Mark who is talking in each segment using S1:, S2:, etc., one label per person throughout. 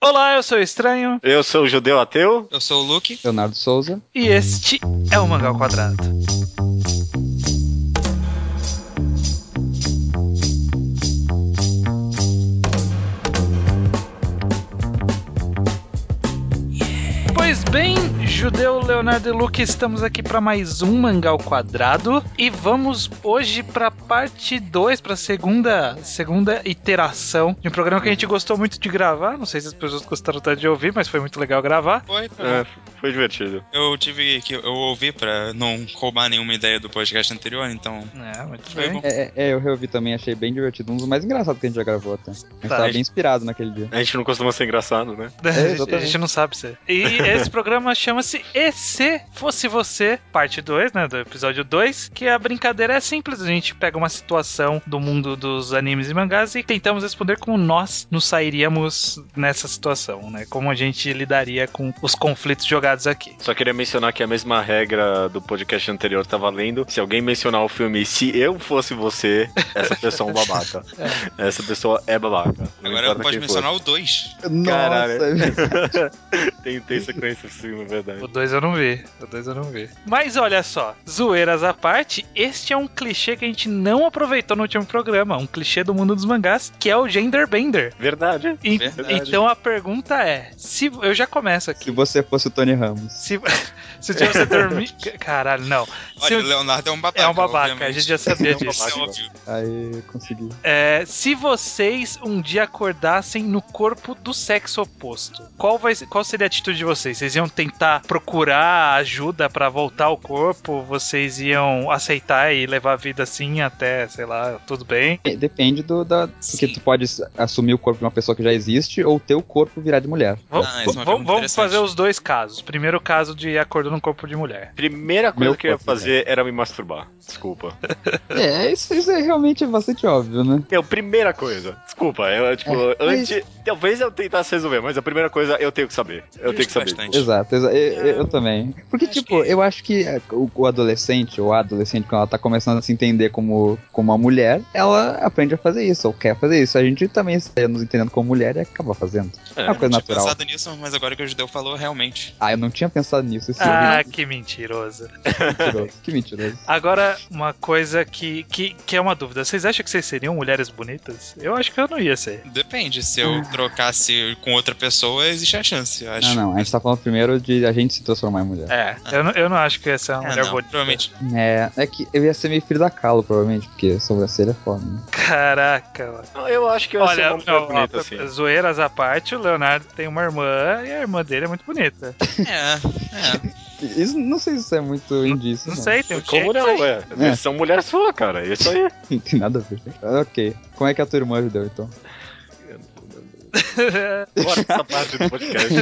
S1: Olá, eu sou o Estranho.
S2: Eu sou o Judeu Ateu.
S3: Eu sou o Luke.
S4: Leonardo Souza.
S1: E este é o Mangal Quadrado. Pois bem, Judeu, Leonardo e Luke, estamos aqui para mais um Mangal Quadrado e vamos hoje para parte 2, para segunda segunda iteração de um programa que a gente gostou muito de gravar. Não sei se as pessoas gostaram tanto de ouvir, mas foi muito legal gravar.
S3: Foi, tá
S2: É,
S3: bom.
S2: foi divertido.
S3: Eu tive que eu ouvi pra não roubar nenhuma ideia do podcast anterior, então.
S1: É, muito
S3: Foi
S1: bem.
S3: bom.
S4: É, é, eu reouvi também, achei bem divertido. Um dos mais engraçados que a gente já gravou até. A gente
S1: Tá,
S4: tava
S1: gente.
S4: bem inspirado naquele dia.
S2: A gente não costuma ser engraçado, né?
S1: a gente
S4: exatamente.
S1: não sabe se. é. E esse programa chama-se E se fosse você, parte 2, né, do episódio 2, que a brincadeira é simples, a gente pega uma situação do mundo dos animes e mangás e tentamos responder como nós nos sairíamos nessa situação, né? Como a gente lidaria com os conflitos jogados aqui.
S2: Só queria mencionar que a mesma regra do podcast anterior tá valendo. Se alguém mencionar o filme Se Eu Fosse Você, essa pessoa é um babaca. Essa pessoa é babaca. Não
S3: Agora
S2: importa
S3: pode
S2: quem
S3: mencionar o 2.
S2: Caralho.
S4: Nossa, é mesmo.
S2: for. Tem, tem sequência sim, na verdade.
S1: O 2 eu não vi. O 2 eu não vi. Mas olha só, zoeiras à parte, este é um clichê que a gente não aproveitou no último programa. Um clichê do mundo dos mangás, que é o gender bender.
S2: Verdade.
S1: E-
S3: Verdade.
S1: então a pergunta é: se eu já começo
S4: Se
S1: aqui.
S4: você fosse o Tony Ramos.
S1: Se, se o dia você dormir. c- Caralho, não. Se
S3: Olha, o
S1: o-
S3: Leonardo é um babaca.
S1: é um babaca,
S3: obviamente.
S1: a gente já sabia
S2: É um
S1: disso.
S3: Isso é
S2: babaca.
S3: óbvio.
S4: Aí eu consegui.
S1: É, se vocês um dia acordassem no corpo do sexo oposto, qual, vai, ser- qual seria a atitude de vocês? Vocês iam tentar procurar ajuda pra voltar ao corpo? Vocês iam aceitar e levar a vida assim até, sei lá, tudo bem?
S4: É, Depende do da. Porque é
S3: Sim.
S4: tu pode s- assumir o corpo de uma pessoa que já existe ou ter o corpo virar de mulher.
S1: Vamos,
S3: Ah, isso é uma
S1: vamos-
S3: pergunta
S1: vamos fazer
S3: interessante.
S1: os dois casos. Primeiro caso de acordar no corpo de mulher.
S2: Primeira coisa
S4: Meu
S2: que eu ia
S4: corpo,
S2: fazer era me masturbar. Desculpa.
S4: É, isso, isso é realmente bastante óbvio, né?
S2: Meu, primeira coisa. Desculpa, eu, tipo, antes. Talvez eu tentasse resolver, mas a primeira coisa eu tenho que saber. Eu tenho que saber.
S3: Bastante.
S4: Exato, exa- eu, eu- eu também. Porque,
S3: Acho
S4: tipo,
S3: que-
S4: eu acho que é, o, o adolescente, ou a adolescente, quando ela tá começando a se entender como, como uma mulher, ela aprende a fazer isso, ou quer fazer isso. A gente também está nos entendendo como mulher e acaba fazendo. É, uma
S3: Eu
S4: coisa
S3: tinha
S4: natural.
S3: pensado nisso, mas agora que o judeu falou, realmente.
S4: Ah, eu não tinha pensado nisso, isso
S1: Ah,
S4: é
S1: que mentiroso.
S4: mentiroso. que mentiroso.
S1: Agora, uma coisa que, que, que é uma dúvida. Vocês acham que vocês seriam mulheres bonitas? Eu acho que eu não ia ser.
S3: Depende, se
S1: Hum.
S3: eu trocasse com outra pessoa, existe a chance, eu acho.
S4: Não, não, a gente tá falando primeiro de a gente se transformar em mulher.
S1: É, eu, não, eu não acho que eu ia ser uma
S3: Ah,
S1: mulher
S3: não,
S1: bonita.
S3: provavelmente.
S4: É, é que eu ia ser meio filho da calo, provavelmente, porque sobrancelha é foda, né?
S1: Caraca, mano.
S2: Não, Então, Eu acho que eu ia ser
S1: Olha,
S2: uma mulher
S1: não,
S2: bonita,
S1: ó,
S2: assim.
S1: zoeiras à parte, o Leonardo tem uma irmã e a irmã dele é muito bonita.
S3: É, é.
S4: Isso, não sei se isso é muito indício.
S1: Não sei, tem um
S2: Como
S1: jeito
S2: não,
S1: aí.
S2: é?
S1: né?
S2: Eles São mulheres sua, cara. É Isso aí.
S4: Não tem nada a ver. Ok. Como é que a tua irmã ajudou, então?
S2: Bora pra essa parte do podcast.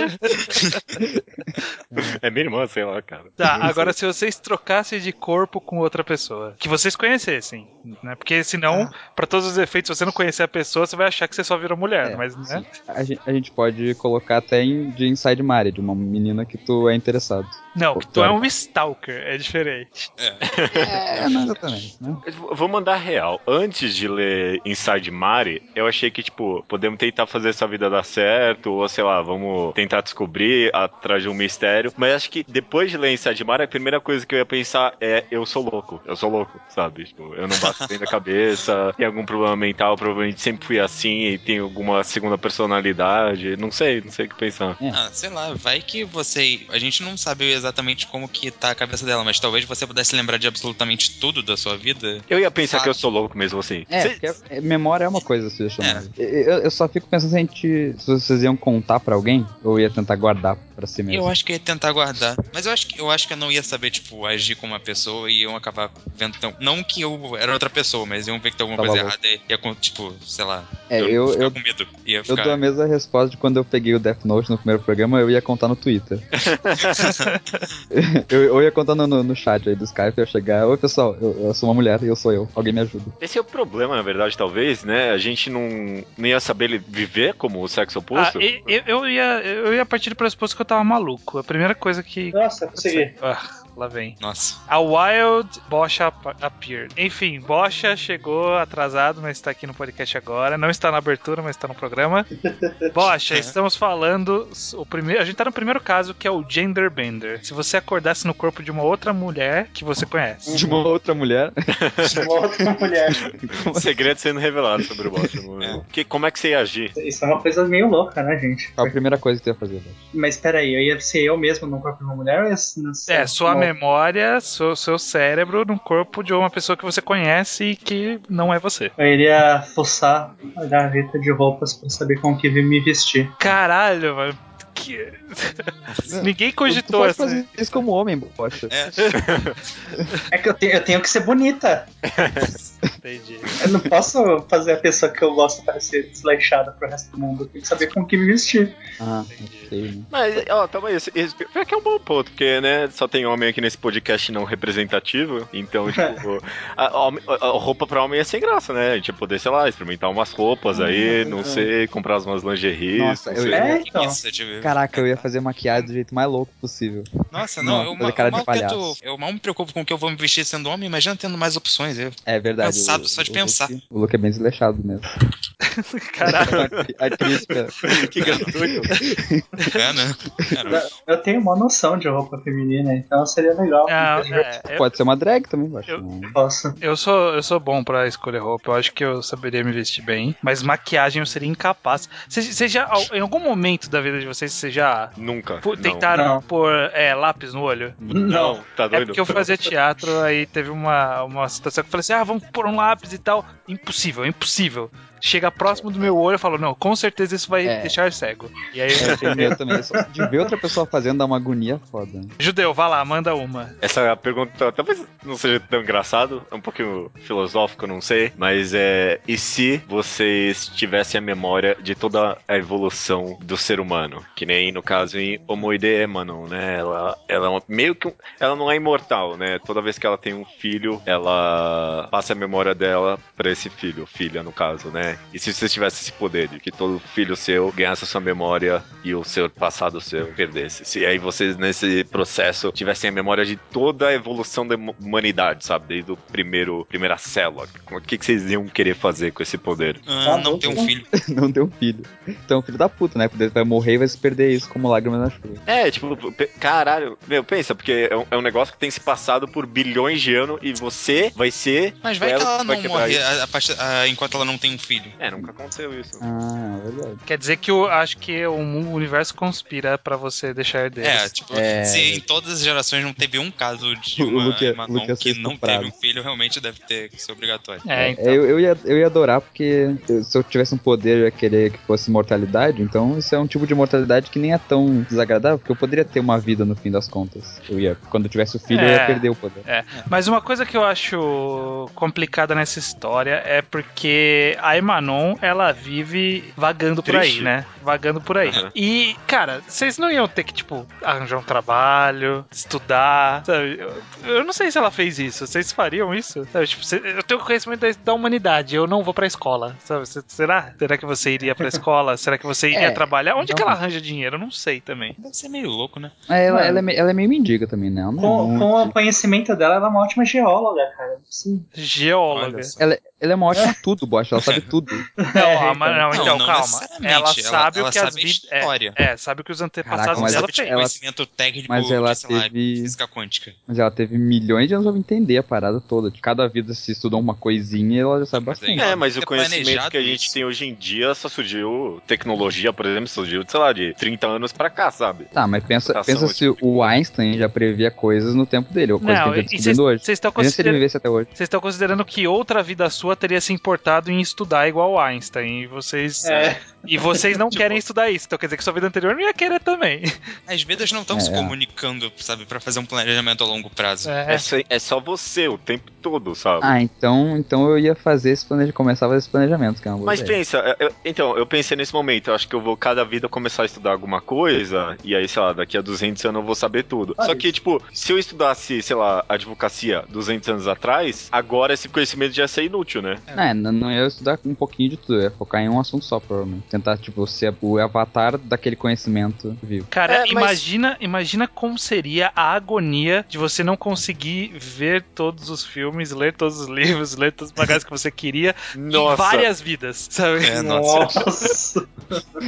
S2: é minha irmã, sei lá, cara.
S1: Tá, agora se vocês trocassem de corpo com outra pessoa, que vocês conhecem, né? Porque senão,
S3: Ah.
S1: pra todos os efeitos, se você não conhecer a pessoa, você vai achar que você só virou mulher,
S4: É,
S1: mas né?
S4: A gente, a gente pode colocar até em, de inside marriage, uma menina que tu é interessado.
S1: Não, que
S2: tá.
S1: tu é um stalker, é diferente.
S4: É, não exatamente, né?
S2: Eu Vou mandar real. Antes de ler Inside Mari, eu achei que, tipo, podemos tentar fazer essa vida dar certo, ou sei lá, vamos tentar descobrir atrás de um mistério. Mas acho que depois de ler Inside Mari, a primeira coisa que eu ia pensar é: eu sou louco, eu sou louco, sabe? Tipo, eu não bato bem na cabeça, tem algum problema mental, provavelmente sempre fui assim e tem alguma segunda personalidade. Não sei, não sei o que pensar.
S3: Ah, sei lá, vai que você. A gente não sabe exatamente como que tá a cabeça dela, mas talvez você pudesse lembrar de absolutamente tudo da sua vida.
S2: Eu ia pensar
S3: Ah.
S2: que eu sou louco mesmo assim.
S4: É,
S2: Cê-
S4: porque é- é- memória é uma coisa sugestionável. Eu, eu só fico pensando se a gente. Se vocês iam contar pra alguém ou ia tentar guardar pra si mesmo.
S3: Eu acho que eu ia tentar guardar. Mas eu acho que eu acho que eu não ia saber, tipo, agir com uma pessoa e iam acabar vendo. Então, não que eu era outra pessoa, mas iam ver que tem alguma
S4: Tava
S3: coisa
S4: louco.
S3: errada e ia, com- tipo, sei lá.
S4: É, eu,
S3: ficar
S4: Tá eu,
S3: com medo. Ia
S4: eu
S3: ficar.
S4: dou a mesma resposta de quando eu peguei o Death Note no primeiro programa, eu ia contar no Twitter. eu, eu ia contar no, no, no chat aí do Skype, eu ia chegar. Oi pessoal, eu, eu sou uma mulher e eu sou eu. Alguém me ajuda.
S2: Esse é o problema, na verdade, talvez, né? A gente não, não ia saber li- viver como o sexo oposto.
S1: Ah, e- eu, eu ia, eu ia partir do pressuposto que eu tava maluco. A primeira coisa que.
S5: Nossa, consegui.
S1: Ah, lá vem.
S3: Nossa.
S1: A Wild Bocha ap- Appeared. Enfim, Bocha chegou atrasado, mas está aqui no podcast agora. Não está na abertura, mas está no programa. Bocha, estamos falando. O primeiro, a gente tá no primeiro caso, que é o Gender Bender. Se você acordasse no corpo de uma outra mulher que você conhece.
S4: De uma outra mulher.
S5: Uma outra mulher.
S2: Segredo sendo revelado sobre o Bosch. mano. Que, como é que você ia agir?
S5: Isso é uma coisa meio louca, né, gente?
S4: Qual a primeira coisa que tu ia fazer? né? Bocha?
S5: Mas peraí, eu ia ser eu mesmo no corpo de uma mulher ou ia ser- não sei,
S1: É, sua
S5: uma-
S1: memória, seu, seu cérebro no corpo de uma pessoa que você conhece e que não é você.
S5: Eu iria fuçar a gaveta de roupas pra saber como que eu me vestir.
S1: Caralho, mano. que- Ninguém
S4: Tu
S1: cogitou
S4: pode
S1: essa.
S4: fazer isso como homem, Bocha.
S3: É.
S5: É que eu, te- eu tenho que ser bonita.
S1: Entendi.
S5: Eu não posso fazer a pessoa que eu gosto parecer desleixada pro resto do mundo. Eu tenho que saber como que me vestir.
S4: Ah,
S1: Entendi.
S4: sei, né?
S2: Mas, ó, tava esse, esse. Pior que é um bom ponto, porque, né, só tem homem aqui nesse podcast não representativo. Então, tipo, a, homem- a- a roupa pra homem é sem graça, né? A gente ia poder, sei lá, experimentar umas roupas aí, não sei, comprar umas lingeries.
S4: Nossa,
S2: não
S4: eu-
S2: sei.
S5: É, então.
S3: Isso, tipo,
S4: Caraca, eu ia fazer maquiagem do jeito mais louco possível.
S3: Nossa,
S4: Não,
S3: não, eu,
S4: fazer
S3: ma-
S4: cara
S3: eu
S4: de
S3: mal
S4: palhaço.
S3: tento- eu mal me preocupo com o que eu vou me vestir sendo homem, imagina tendo mais opções. Eu.
S4: É verdade.
S3: Cansado só de
S4: Luke-
S3: pensar.
S4: o Luke é bem desleixado mesmo.
S1: Caralho.
S4: A crítica.
S2: que gratuito.
S3: É, né? Cara,
S5: Eu tenho uma noção de roupa feminina, então seria legal.
S1: Não,
S5: Eu
S1: é, eu,
S4: Pode ser uma drag também, né? Bocha.
S1: Eu-
S4: Não.
S5: posso.
S1: eu sou, eu sou bom pra escolher roupa. Eu acho que eu saberia me vestir bem. Mas maquiagem eu seria incapaz. Vocês vocês já, em algum momento da vida de vocês, vocês já
S2: Nunca.
S1: pô-
S2: não.
S1: tentaram
S5: Não.
S1: pôr é, lápis no olho?
S5: Não.
S2: Não, tá
S1: tá É
S2: doido?
S1: porque eu fazia teatro, aí teve uma, uma situação que eu falei assim: ah, vamos pôr um lápis e tal. Impossível, impossível. Chega próximo do meu olho, eu falo: não, com certeza isso vai
S4: É.
S1: deixar cego. E aí,
S4: É, eu tenho medo também. Só de ver outra pessoa fazendo dá uma agonia foda. né?
S1: judeu, vai lá, manda uma.
S2: Essa pergunta talvez não seja tão engraçado, é um pouquinho filosófico, não sei, mas é e se vocês tivessem a memória de toda a evolução do ser humano, que nem no caso em Homoide Manon, né? Ela ela é uma- meio que um- ela não é imortal, né? Toda vez que ela tem um filho, ela passa a memória dela pra esse filho, filha no caso, né? E se vocês tivessem esse poder de que todo filho seu ganhasse a sua memória e o seu passado seu perdesse. Se aí vocês nesse processo tivessem a memória de toda a evolução da hum- humanidade, sabe? Desde o primeiro primeira célula. O que, que vocês iam querer fazer com esse poder?
S3: ah, não ter um filho.
S4: Não ter um filho. Então, filho da puta, né? Porque ele vai morrer e vai se perder isso como lágrima na chuva.
S2: É, tipo, pe- caralho, meu, pensa, porque é um, é um negócio que tem se passado por bilhões de anos e você vai ser.
S3: Mas vai é que
S2: Ela
S3: ela
S2: vai
S3: não
S2: quebrar
S3: morre
S2: isso.
S3: a- a partir- a- enquanto ela não tem um filho.
S2: É, nunca aconteceu isso.
S4: Ah, é verdade.
S1: Quer dizer que eu acho que o mu- o universo conspira pra você deixar
S3: É,
S1: deles.
S3: tipo,
S4: É.
S3: se em todas as gerações não teve um caso de
S4: O
S3: uma
S4: Luke é-
S3: Manon
S4: Luke é
S3: que não
S4: estuprado.
S3: teve um filho, realmente deve ter que ser obrigatório.
S1: É, então.
S4: Eu, eu, ia, eu ia adorar porque eu- se eu tivesse um poder eu ia querer que fosse mortalidade, então isso é um tipo de mortalidade que nem é tão desagradável, porque eu poderia ter uma vida no fim das contas. Eu ia, quando eu tivesse o filho, eu
S1: É.
S4: ia perder o poder.
S1: Mas uma coisa que eu acho complicada nessa história é porque a Emanon, ela vive vagando por
S2: Triste.
S1: aí, né? Vagando por aí.
S2: Uhum.
S1: E, cara, vocês não iam ter que, tipo, arranjar um trabalho, estudar, sabe? Eu, eu não sei se ela fez isso. Vocês fariam isso? Sabe, tipo, cê- eu tenho conhecimento da, da humanidade, eu não vou pra escola, sabe? Cê- será? Será que você iria pra escola? será que você iria
S4: É,
S1: trabalhar? Onde que
S4: não.
S1: ela arranja dinheiro? Eu não sei também.
S3: Deve ser meio louco, né?
S4: É, Ela,
S5: Mano.
S4: ela, é, me- ela é meio mendiga também, né? Ela não é
S5: Com,
S4: muito-
S5: com o conhecimento dela, ela é uma ótima geóloga, cara. Sim.
S1: Geóloga.
S3: só.
S4: Ela é uma ótima em tudo, Bocha, ela sabe tudo.
S1: Não,
S5: É,
S1: a ma- não,
S3: Não,
S1: então,
S3: não
S1: calma.
S3: necessariamente.
S1: Ela sabe
S3: ela
S1: o que
S3: sabe
S1: as
S3: a
S1: vidas. É,
S3: história.
S1: é, sabe o que os antepassados
S4: Caraca, mas é
S1: dela
S3: sabe, tipo,
S1: fez.
S4: ela-
S3: conhecimento técnico
S4: mas ela
S3: de, sei lá,
S4: teve-
S3: física quântica.
S4: Mas ela teve milhões de anos pra entender a parada toda. De cada vida se estudou uma coisinha e ela já sabe
S3: Mas aí-
S4: bastante.
S2: É, mas o
S3: É
S2: conhecimento
S3: planejado
S2: que a gente
S3: isso.
S2: tem hoje em dia só surgiu tecnologia, por exemplo, surgiu, sei lá, de 30 anos pra cá, sabe?
S4: Tá, mas pensa,
S2: Computação
S4: pensa
S2: é
S4: se o Einstein já previa coisas no tempo dele, ou coisa
S1: Não,
S4: que ele
S1: e
S4: tá
S1: vocês
S4: descobrindo hoje.
S1: vocês estão
S4: Imagina se ele
S1: considerando.
S4: vivesse até hoje.
S1: Vocês estão considerando que outra vida sua teria se importado em estudar igual Einstein. E vocês.
S5: É.
S1: E vocês não
S2: Tipo,
S1: querem estudar isso. Então quer dizer que sua vida anterior não ia querer também.
S3: As vidas não estão
S4: É,
S3: se
S4: é.
S3: comunicando, sabe, pra fazer um planejamento a longo prazo.
S1: É.
S2: É, só, é só você o tempo todo, sabe?
S4: Ah, então, então eu ia fazer esse planejamento, começar a fazer esse planejamento, que é uma boa
S2: Mas
S4: ideia.
S2: pensa, eu- eu- então, eu pensei nesse momento, eu acho que eu vou cada vida começar a estudar alguma coisa, e aí, sei lá, daqui a 200 anos eu vou saber tudo.
S5: Olha
S2: Só que, tipo, se eu estudasse, sei lá, advocacia 200 anos atrás, agora esse conhecimento já ia ser inútil, nicho, né?
S4: Não, é, n- não ia estudar um pouquinho de tudo, ia focar em um assunto só, provavelmente. Tentar, tipo, ser o avatar daquele conhecimento vivo.
S1: Cara,
S2: É, mas-
S1: imagina, imagina como seria a agonia de você não conseguir ver todos os filmes, ler todos os livros, ler todos os bagulhos que você queria em várias vidas, sabe?
S3: É, nossa.
S5: Nossa.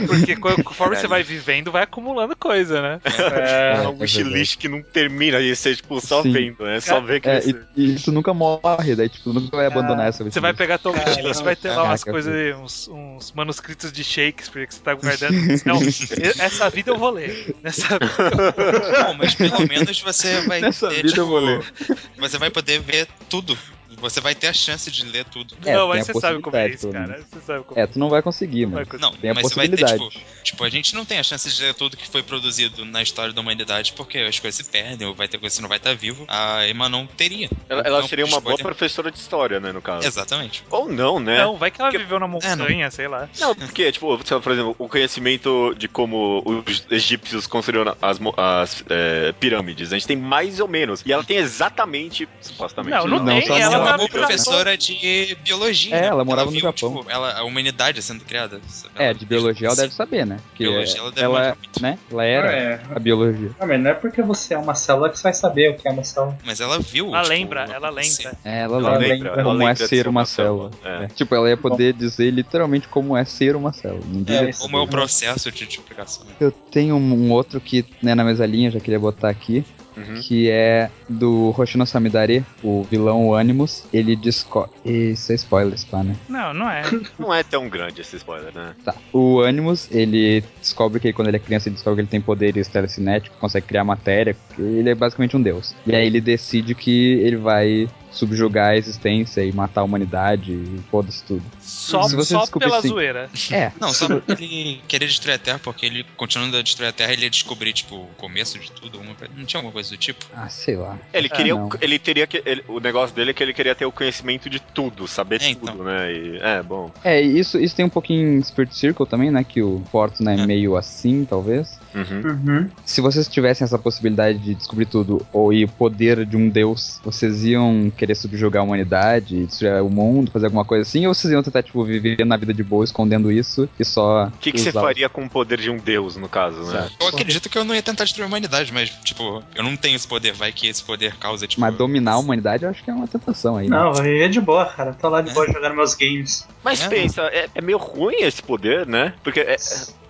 S1: Porque co- conforme
S3: Caralho.
S1: você vai vivendo, vai acumulando coisa, né?
S2: É,
S4: É,
S2: um
S4: é
S2: wishlist que não termina aí, você, tipo, só
S4: Sim.
S2: vendo, né? Só ver que
S4: É,
S2: você-
S4: e, e isso nunca morre, daí, tipo, nunca vai abandonar essa
S1: Você vai
S4: wishlist.
S1: pegar tua mochila, você vai ter lá umas
S4: Caraca,
S1: coisas, uns, uns manuscritos de Shakespeare que você tá guardando. Não, e- essa vida eu vou ler.
S4: É,
S1: Nessa vida
S3: Bom, mas pelo menos você vai
S4: Nessa
S3: ter,
S4: vida
S3: tipo,
S4: eu vou ler.
S3: Você vai poder ver tudo. Você vai ter a chance de ler tudo.
S4: É,
S1: não,
S4: tem
S1: mas
S4: a
S1: você sabe como é
S4: possibilidade,
S1: isso,
S4: pelo
S1: cara.
S4: menos.
S1: Você sabe como
S4: É, tu não vai conseguir,
S1: vai
S4: mano.
S1: acontecer.
S3: Não,
S4: Tem a
S3: mas você vai ter,
S4: possibilidade.
S3: tipo, tipo, a gente não tem a chance de ler tudo que foi produzido na história da humanidade, porque as coisas se perdem, ou vai ter coisa que não vai estar vivo. A Emma não teria.
S2: Ela, ela
S3: Não,
S2: seria uma boa
S3: spoiler.
S2: professora de história, né, no caso.
S3: Exatamente.
S2: Ou não, né?
S1: Não, vai que ela viveu na
S3: É, não.
S1: montanha, sei lá.
S2: Não, porque, tipo, sei lá, por exemplo, o conhecimento de como os egípcios construíram as, mo- as, é, pirâmides, a gente tem mais ou menos. E ela tem exatamente, supostamente.
S1: Não, não,
S4: Não,
S1: tem.
S4: só
S1: Ela,
S4: não.
S3: Ela é
S1: tá
S3: uma
S1: virando-
S3: professora de biologia.
S4: É,
S3: né?
S4: ela
S3: Porque
S4: morava no
S3: viu,
S4: Japão.
S3: Tipo, ela, a humanidade sendo criada. sabe?
S4: É,
S3: Ela-
S4: de biologia ela deve saber, né? Porque
S3: Biologia ela deve
S4: ela,
S3: manjar muito.
S4: né? Ela era
S5: É.
S4: a biologia.
S5: Ah, mas não é porque você é uma célula que você vai saber o que é uma célula.
S3: Mas ela viu.
S1: Ela
S3: tipo,
S1: lembra, ela
S3: acontecer.
S1: lembra.
S4: É, ela,
S5: Ela
S4: lembra
S5: lembra
S4: como é
S2: de
S4: ser uma célula. É, Tipo, ela ia poder dizer literalmente como é ser uma célula. Ninguém
S5: É,
S4: ia
S3: Como é
S4: saber.
S3: o processo de multiplicação.
S4: Eu tenho um, um outro que, né, na mesa linha, já queria botar aqui,
S2: Uhum.
S4: que é do Hoshino Samidare, o vilão o Animus. Ele descobre. Isso é spoiler, pá, né?
S1: Não, não é.
S2: Não é tão grande esse spoiler, né?
S4: Tá. O Animus, ele descobre que quando ele é criança, ele descobre que ele tem poderes telecinéticos, consegue criar matéria. Ele é basicamente um deus. E aí ele decide que ele vai subjugar a existência e matar a humanidade e foda-se tudo.
S1: Só,
S4: Se você
S1: só
S4: descobrir
S1: pela
S4: sim.
S1: zoeira.
S4: É.
S3: Não, só pra ele querer destruir a Terra, porque ele, continuando a destruir a Terra, ele ia descobrir, tipo, o começo de tudo. Uma... coisa- Não tinha alguma coisa do tipo?
S4: Ah, sei lá.
S2: Ele queria,
S4: não.
S2: ele teria que, ele- o negócio dele é que ele queria ter o conhecimento de tudo, saber
S3: É,
S2: tudo,
S3: então.
S2: né? E- é bom.
S4: É, e isso, isso tem um pouquinho em Spirit Circle também, né? Que o Porto né, é
S3: É.
S4: meio assim, talvez.
S2: Uhum.
S5: Uhum.
S4: Se vocês tivessem essa possibilidade de descobrir tudo, ou e o poder de um deus, vocês iam querer subjugar a humanidade, destruir o mundo, fazer alguma coisa assim, ou vocês iam tentar, tipo, viver na vida de boa, escondendo isso e só.
S2: O que, que você
S4: usar-
S2: faria com o poder de um deus, no caso, né?
S4: Exato.
S3: Eu acredito que eu não ia tentar destruir a humanidade, mas, tipo, eu não tenho esse poder. Vai que esse poder causa, tipo.
S4: Mas dominar a humanidade eu acho que é uma tentação aí. né?
S5: Não, eu ia de boa, cara. Tô lá de boa jogando meus games.
S2: Mas
S3: É.
S2: pensa, é, é meio ruim esse poder, né? Porque é,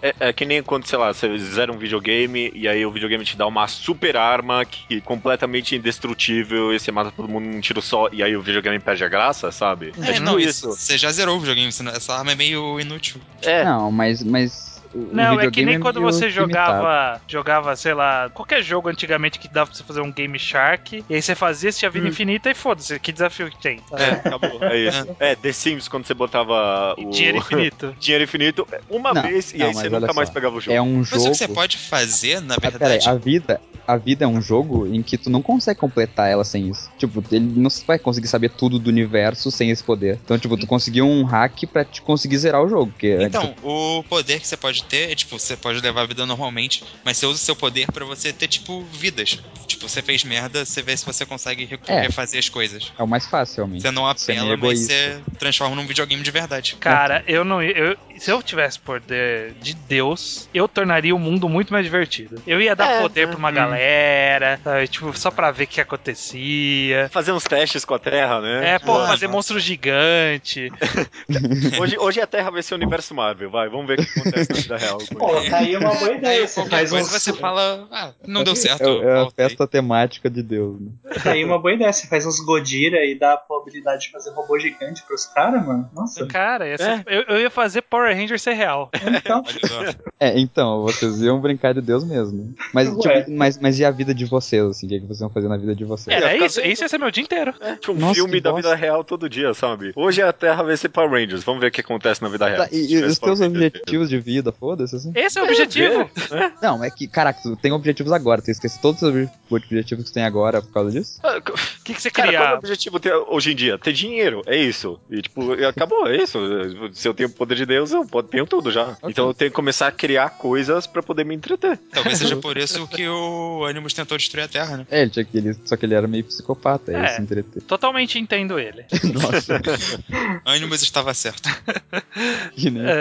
S2: é- é que nem quando, sei lá, você zera um videogame e aí o videogame te dá uma super arma que é completamente indestrutível e você mata todo mundo num tiro só e aí o videogame perde a graça, sabe? tipo
S3: É, não, isso. Você já zerou o videogame, senão essa arma é meio inútil.
S2: É,
S4: Não, mas. mas o- o
S1: Não, é que
S4: um videogame
S1: nem quando
S4: meio
S1: você
S4: limitado.
S1: jogava, jogava, sei lá, qualquer jogo antigamente que dava pra você fazer um Game Shark, e aí você fazia, você tinha
S4: Hum.
S1: vida infinita e foda-se, que desafio que tem.
S2: é, acabou. É isso. É, The Sims, quando você botava
S1: E
S2: o.
S1: dinheiro infinito.
S2: dinheiro infinito é, uma
S4: Não,
S2: vez e
S4: não,
S2: aí você
S4: mas
S2: nunca
S4: olha
S2: mais
S4: só.
S2: pegava o jogo.
S4: É um
S3: Mas o
S4: jogo.
S3: que você pode fazer, na
S4: Ah, peraí,
S3: verdade.
S4: a vida, a vida é um jogo em que tu não consegue completar ela sem isso. Tipo, ele não vai conseguir saber tudo do universo sem esse poder. Então, tipo, tu conseguiu um hack pra te conseguir zerar o jogo. Porque
S3: Hum.
S4: é, tipo,
S3: Então, o poder que você pode ter é tipo, você pode levar a vida normalmente, mas você usa o seu poder pra você ter, tipo, vidas. Tipo, você fez merda, você vê se você consegue recu-
S4: É.
S3: refazer as coisas.
S4: é o mais fácil, realmente.
S3: Você não
S4: Você é meio
S3: apela, mas
S4: egoísta.
S3: você transforma num videogame de verdade.
S1: Cara, eu não ia- eu, Se eu tivesse poder de Deus, eu tornaria o mundo muito mais divertido. Eu ia dar
S2: É,
S1: poder pra uma
S2: uhum.
S1: galera, sabe, tipo, só pra ver o que acontecia.
S2: É Fazer uns testes com a Terra, né?
S1: É, pô,
S3: Ah,
S1: fazer
S3: não.
S1: monstro gigante.
S2: Hoje, hoje a Terra vai ser o universo Marvel, vai. Vamos ver o que acontece na vida real. com
S5: Pô,
S2: isso.
S5: tá aí uma boa ideia.
S3: Aí,
S5: Você
S3: qualquer
S5: faz um.
S3: coisa, você fala, ah, não deu certo.
S4: É, é a
S3: volta aí.
S4: festa temática de Deus. Né?
S5: Tá aí uma boa ideia. Você faz uns Godira e dá a probabilidade de fazer robô gigante pros caras, mano. Nossa.
S1: Cara, ia ser- eu, eu ia fazer Power Ranger ser real.
S5: Então,
S3: Olha só.
S4: É, então, vocês iam brincar de Deus mesmo. né? Mas,
S5: Ué.
S4: tipo, mas, mas e a vida de vocês, assim? O que é que vocês iam fazer na vida de
S3: É,
S4: vocês?
S1: Era
S2: ficar
S1: isso,
S2: vendo.
S1: isso ia ser meu dia inteiro.
S2: um
S4: Nossa,
S2: filme
S4: que
S2: da
S4: bosta.
S2: vida real todo é dia, sabe? Hoje a Terra vai ser Power Rangers, vamos ver o que acontece na vida real.
S3: é,
S4: Tá, e, e os teus
S2: Power Rangers.
S4: objetivos de vida, Foda-se, assim.
S1: Esse é o objetivo.
S4: Não, é que, caraca, tu tem objetivos agora. Tu esquece todos os obje- objetivos que tu tem agora por causa disso?
S1: O que, que você
S2: Cara,
S1: queria?
S2: qual é o objetivo ter- hoje em dia? Ter dinheiro, é isso. E tipo, e acabou, é isso. Se eu tenho o poder de Deus, eu po- tenho tudo já. Então eu tenho que começar a criar coisas pra poder me entreter.
S3: Talvez seja por isso que o Animus tentou destruir a Terra, né?
S4: É, ele tinha que, ele, só que ele era meio psicopata,
S1: É.
S4: ele se entreter.
S1: Totalmente entendo ele.
S4: Nossa,
S3: Animus estava certo.
S4: que né? nem.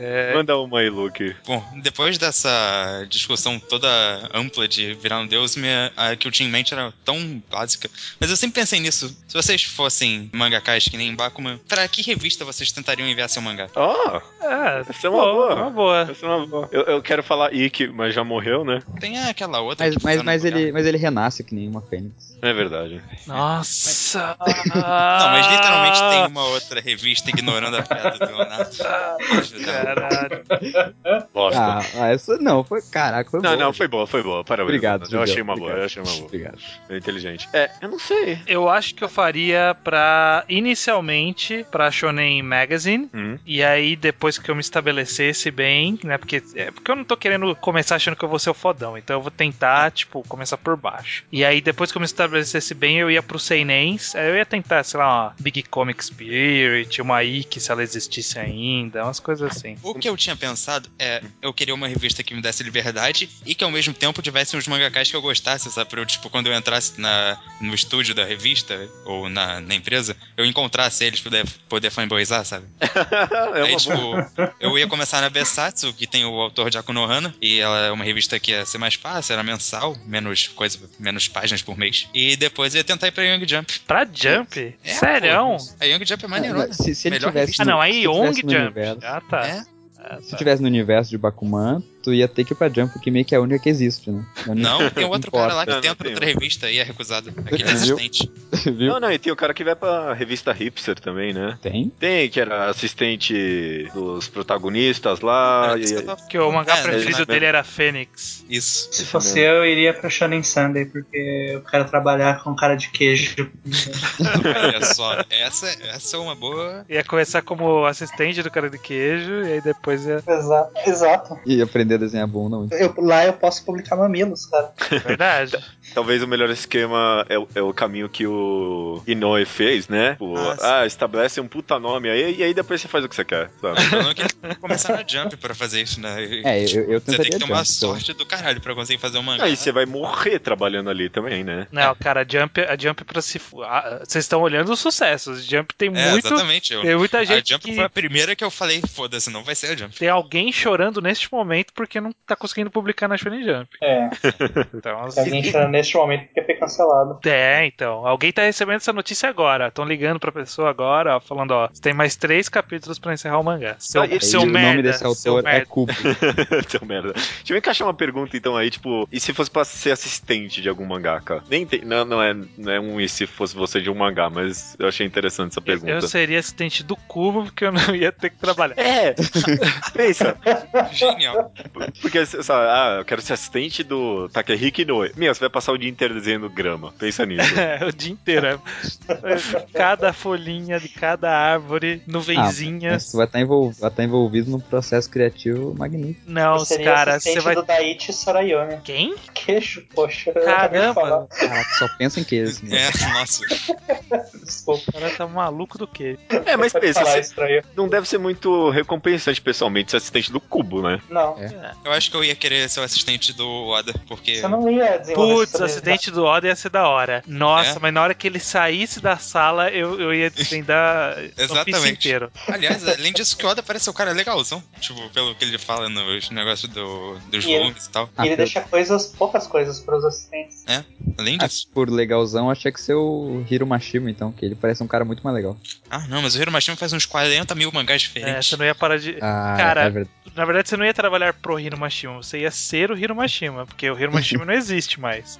S1: É,
S2: Manda uma aí, Luke.
S3: Bom, depois dessa discussão toda ampla de virar um deus, minha, a que eu tinha em mente era tão básica. Mas eu sempre pensei nisso. Se vocês fossem mangakais que nem Bakuman, pra que revista vocês tentariam enviar seu mangá?
S2: Ó,
S1: ah,
S2: Essa é uma boa.
S1: Uma boa.
S2: essa é uma boa. Eu, eu quero falar Ikki, mas já morreu, né?
S3: Tem aquela outra.
S4: Mas,
S3: que
S4: mas,
S3: tá no
S4: mas,
S3: lugar.
S4: ele, mas ele renasce que nem uma fênix.
S2: É verdade.
S1: Nossa.
S3: Não, mas literalmente tem uma outra revista ignorando a piada do Leonardo.
S1: Caralho.
S2: Bosta.
S4: Ah, ah, essa não, foi. Caraca, foi
S2: não,
S4: boa.
S2: não, foi boa, foi boa. Parabéns.
S4: Obrigado,
S2: Eu
S4: Judeu.
S2: achei uma boa,
S4: Obrigado.
S2: eu achei uma boa.
S4: Obrigado.
S2: É inteligente. É, eu não sei.
S1: Eu acho que eu faria pra. Inicialmente, pra Shonen Magazine.
S2: Hum.
S1: E aí, depois que eu me estabelecesse bem, né? Porque, é porque eu não tô querendo começar achando que eu vou ser o fodão. Então eu vou tentar, tipo, começar por baixo. E aí, depois que eu me estabelecesse bem, eu ia pro Seinens. Aí eu ia tentar, sei lá, uma Big Comic Spirit, uma Ike, se ela existisse ainda, umas coisas assim.
S3: O que eu tinha pensado
S2: Hum.
S3: é, eu queria uma revista que me desse liberdade e que ao mesmo tempo tivesse uns mangakás que eu gostasse, sabe? Pra eu, tipo, quando eu entrasse na, no estúdio da revista ou na, na empresa, eu encontrasse eles pra poder, poder fanboyzar, sabe?
S2: é
S3: Aí,
S2: uma
S3: tipo,
S2: boa.
S3: eu ia começar na Besatsu, que tem o autor de Akunohana, e ela é uma revista que ia ser mais fácil, era mensal, menos coisa, menos páginas por mês. E depois eu ia tentar ir pra Young Jump.
S1: Pra Jump?
S3: É,
S1: Sério?
S3: A Young Jump é
S4: É,
S3: maneirona.
S4: mas se, se ele
S3: Melhor
S4: tivesse.
S3: revista.
S1: Ah, não,
S4: no-
S1: aí
S4: se
S1: Young
S4: tivesse no
S1: Jump.
S4: universo-
S1: Ah, tá.
S3: É?
S1: Ah,
S4: se
S1: tá.
S4: tivesse no universo de Bakuman, tu ia ter que ir pra Jump, que meio que é a única que existe, né? É a única
S3: Não,
S4: que
S3: tem outro
S4: importa.
S3: cara lá que
S2: Não, não
S3: tenta
S2: tem
S3: outra revista e é recusado. Aquele
S4: Viu?
S3: resistente.
S4: Viu?
S2: Não, não, e tem o cara que vai pra revista hipster também, né?
S4: Tem?
S2: Tem, que era assistente dos protagonistas lá.
S3: Era isso
S2: e-
S3: que eu tava-
S1: Que o mangá
S3: É,
S1: preferido
S2: né?
S1: dele era Fênix.
S3: Isso.
S5: Se fosse eu, eu iria pra Shonen Sunday, porque eu quero trabalhar com cara de queijo.
S3: Olha só, essa, essa é uma boa.
S1: Ia começar como assistente do cara de queijo, e aí depois ia.
S5: exato, exato.
S4: E aprender a desenhar bunda muito.
S5: Eu- lá eu posso publicar mamilos, cara.
S1: Verdade.
S2: Talvez o melhor esquema é, o- é o caminho que o Inoue fez, né? Tipo,
S3: Ah, sim.
S2: ah, estabelece um puta nome aí e aí depois você faz o que você quer, sabe?
S3: O problema é que ele tem que começar na Jump pra fazer isso, né? E-
S4: É, eu, eu
S3: Você tem
S4: tentaria
S3: que ter uma
S4: Jump, então.
S3: sorte do caralho pra conseguir fazer um mangá.
S2: Aí você vai morrer trabalhando ali também, né?
S1: Não, cara, a Jump, a Jump pra se. fu- ah, Vocês estão olhando os sucessos. Jump tem
S3: É,
S1: muito.
S3: exatamente. Eu,
S1: Tem muita
S3: a
S1: gente
S3: Jump
S1: que.
S3: foi a primeira que eu falei, foda-se, não vai ser a Jump.
S1: Tem alguém chorando neste momento porque não tá conseguindo publicar na Shonen Jump.
S5: É,
S1: Então,
S5: se alguém chora neste momento porque foi cancelado.
S1: É, então. Alguém tá recebendo essa notícia agora. Estão ligando pra pessoa agora, ó, falando, ó, você tem mais três capítulos pra encerrar o mangá. Seu,
S2: Ah, e-
S1: seu
S4: E
S1: merda.
S4: o nome desse
S1: seu
S4: autor é
S1: merda.
S4: Cubo.
S2: então, merda. Deixa eu encaixar uma pergunta então aí, tipo, e se fosse pra ser assistente de algum mangaka? Nem tem, não, não, é, não é um e se fosse você de um mangá, mas eu achei interessante essa pergunta.
S1: Eu seria assistente do cubo porque eu não ia ter que trabalhar.
S2: É! Pensa,
S3: Genial.
S2: Porque, sabe, ah, eu quero ser assistente do Takehiki Noe. Meu, você vai passar o dia inteiro desenhando grama. Pensa nisso.
S1: É, o dia inteiro. é. Cada folhinha de cada árvore,
S5: Ah,
S1: nuvenzinha.
S4: Mas né? tu vai estar envolvido, vai tá envolvido num processo criativo magnífico.
S1: Não,
S5: eu seria
S1: cara,
S5: assistente
S1: você vai.
S5: do Daichi Sorayama.
S1: Quem?
S5: Queijo, poxa. eu acabei de
S1: Caramba,
S5: falar.
S4: Caraca, Ah, só pensa em queijo. Assim, né?
S3: É, nossa.
S5: Desculpa.
S1: o cara tá maluco do quê?
S2: É, mas
S5: Pode
S2: pensa,
S5: falar
S2: você-
S5: isso pra eu.
S2: não deve ser muito recompensante pessoalmente ser assistente do Cubo, né?
S5: Não,
S4: É.
S3: Eu acho que eu ia querer ser o assistente do Oda, porque.
S5: você não ia desenvolver
S1: Putz, o
S5: essa habilidade.
S1: acidente do Oda ia ser da hora. Nossa,
S3: É?
S1: mas na hora que ele saísse da sala, eu, eu ia desvendar o piso
S3: Exatamente.
S1: inteiro.
S3: Aliás, além disso, que o Oda parece ser o cara legalzão. Tipo, pelo que ele fala nos negócios do, dos
S5: E ele-
S3: volumes e tal.
S5: E ele
S4: Ah,
S5: deixa coisas, poucas coisas pros assistentes.
S3: Além
S4: Ah,
S3: disso.
S4: por legalzão, achei que ser o Hiro Mashima, então, que ele parece um cara muito mais legal.
S3: Ah, não, mas o Hiro Mashima faz uns 40 mil mangás
S1: É,
S3: diferentes.
S1: você não ia parar de.
S4: Ah,
S1: Cara,
S4: é verdade.
S1: Na verdade, você não ia trabalhar pro Hiro Mashima, você ia ser o Hiro Mashima, porque o Hiro Mashima não existe mais.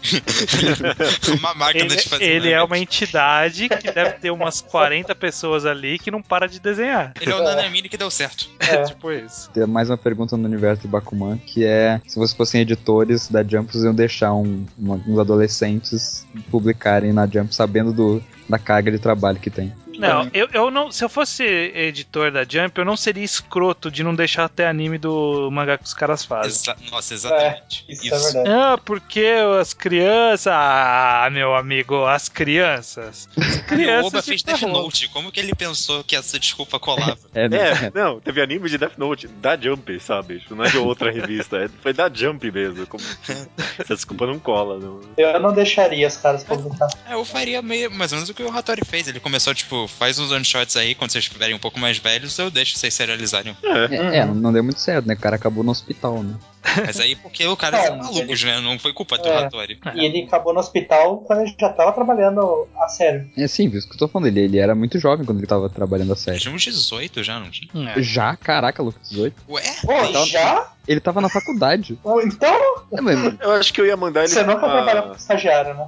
S3: É uma máquina
S1: Ele,
S3: de fazer
S1: ele
S3: mangá.
S1: é uma entidade que deve ter umas 40 pessoas ali que não para de desenhar.
S3: Ele é o Nanamine que deu certo.
S5: É.
S1: Tipo isso.
S4: Tem mais uma pergunta no universo de Bakuman, que é se vocês fossem editores da Jump, vocês iam deixar um- uma- uns adolescentes publicarem na Jump sabendo do, da carga de trabalho que tem.
S1: Não, eu, eu não. Se eu fosse editor da Jump, eu não seria escroto de não deixar até anime do mangá que os caras fazem.
S3: Exa- Nossa, exatamente.
S5: Isso, é verdade.
S1: Ah, porque as crianças. Ah, meu amigo, as crianças. As
S3: E O
S1: crianças.
S3: Oba
S1: se
S3: fez Death
S1: ferrou.
S3: Note. Como que ele pensou que essa desculpa colava?
S4: É, né?
S2: É, não, teve anime de Death Note da Jump, sabe? Tipo, Não é de outra revista, é- foi da Jump mesmo. Como... Essa desculpa não cola, não.
S5: Eu não deixaria os caras publicar.
S3: É, eu faria meio, mais ou menos o que o Hattori fez. Ele começou, tipo, faz uns one-shots aí, quando vocês estiverem um pouco mais velhos, eu deixo vocês serializarem.
S4: É, é, não deu muito certo, né? O cara acabou no hospital, né?
S3: Mas aí, porque o cara
S5: É,
S3: é malucos, né? Não foi culpa do
S5: É.
S3: Hattori.
S5: E ele acabou no hospital quando ele já tava trabalhando a sério.
S4: É simples, o que eu tô falando, ele, ele era muito jovem quando ele tava trabalhando a
S3: Ele
S4: série.
S3: tinha uns 18 já, não tinha?
S1: É.
S4: Já, caraca, Lucas, 18.
S3: Ué?
S5: Pô,
S4: Então-
S5: já?
S4: Ele tava na faculdade.
S5: Pô, Então,
S4: É, mas,
S2: Eu acho que eu ia mandar ele
S5: você nunca
S2: pra-
S5: trabalhou como estagiário, né?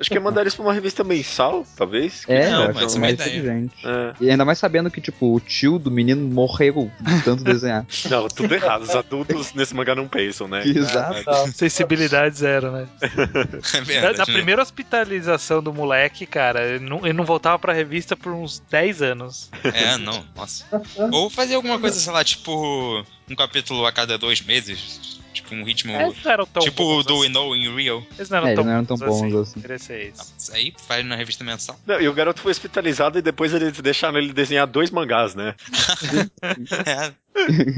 S2: Acho que ia mandar eles pra uma revista mensal, talvez.
S4: é,
S3: Não,
S4: eu
S3: mas
S4: acho
S3: uma
S4: mais
S3: ideia.
S4: inteligente.
S2: É.
S4: E ainda mais sabendo que, tipo, o tio do menino morreu de tanto desenhar.
S2: Não, tudo errado. Os adultos nesse mangá não pensam, né?
S4: Exato.
S5: Não.
S1: Sensibilidade zero, né?
S3: É
S1: Na,
S3: verdade,
S1: na
S3: né?
S1: primeira hospitalização do moleque, cara, ele não, ele não voltava pra revista por uns 10 anos.
S3: É, não, nossa. Ou fazer alguma coisa, sei lá, tipo, um capítulo a cada dois meses. Tipo, um ritmo.
S1: Eles não eram tão
S3: tipo o
S1: bons
S3: do
S1: assim.
S3: Ino in Real.
S1: Eles não eram
S4: É,
S1: tão
S4: eles não eram tão
S1: bons
S4: bons assim.
S1: Interessei isso.
S3: Aí faz na revista mensal.
S2: Não, e o garoto foi hospitalizado e depois eles deixaram ele desenhar dois mangás, né?
S3: É,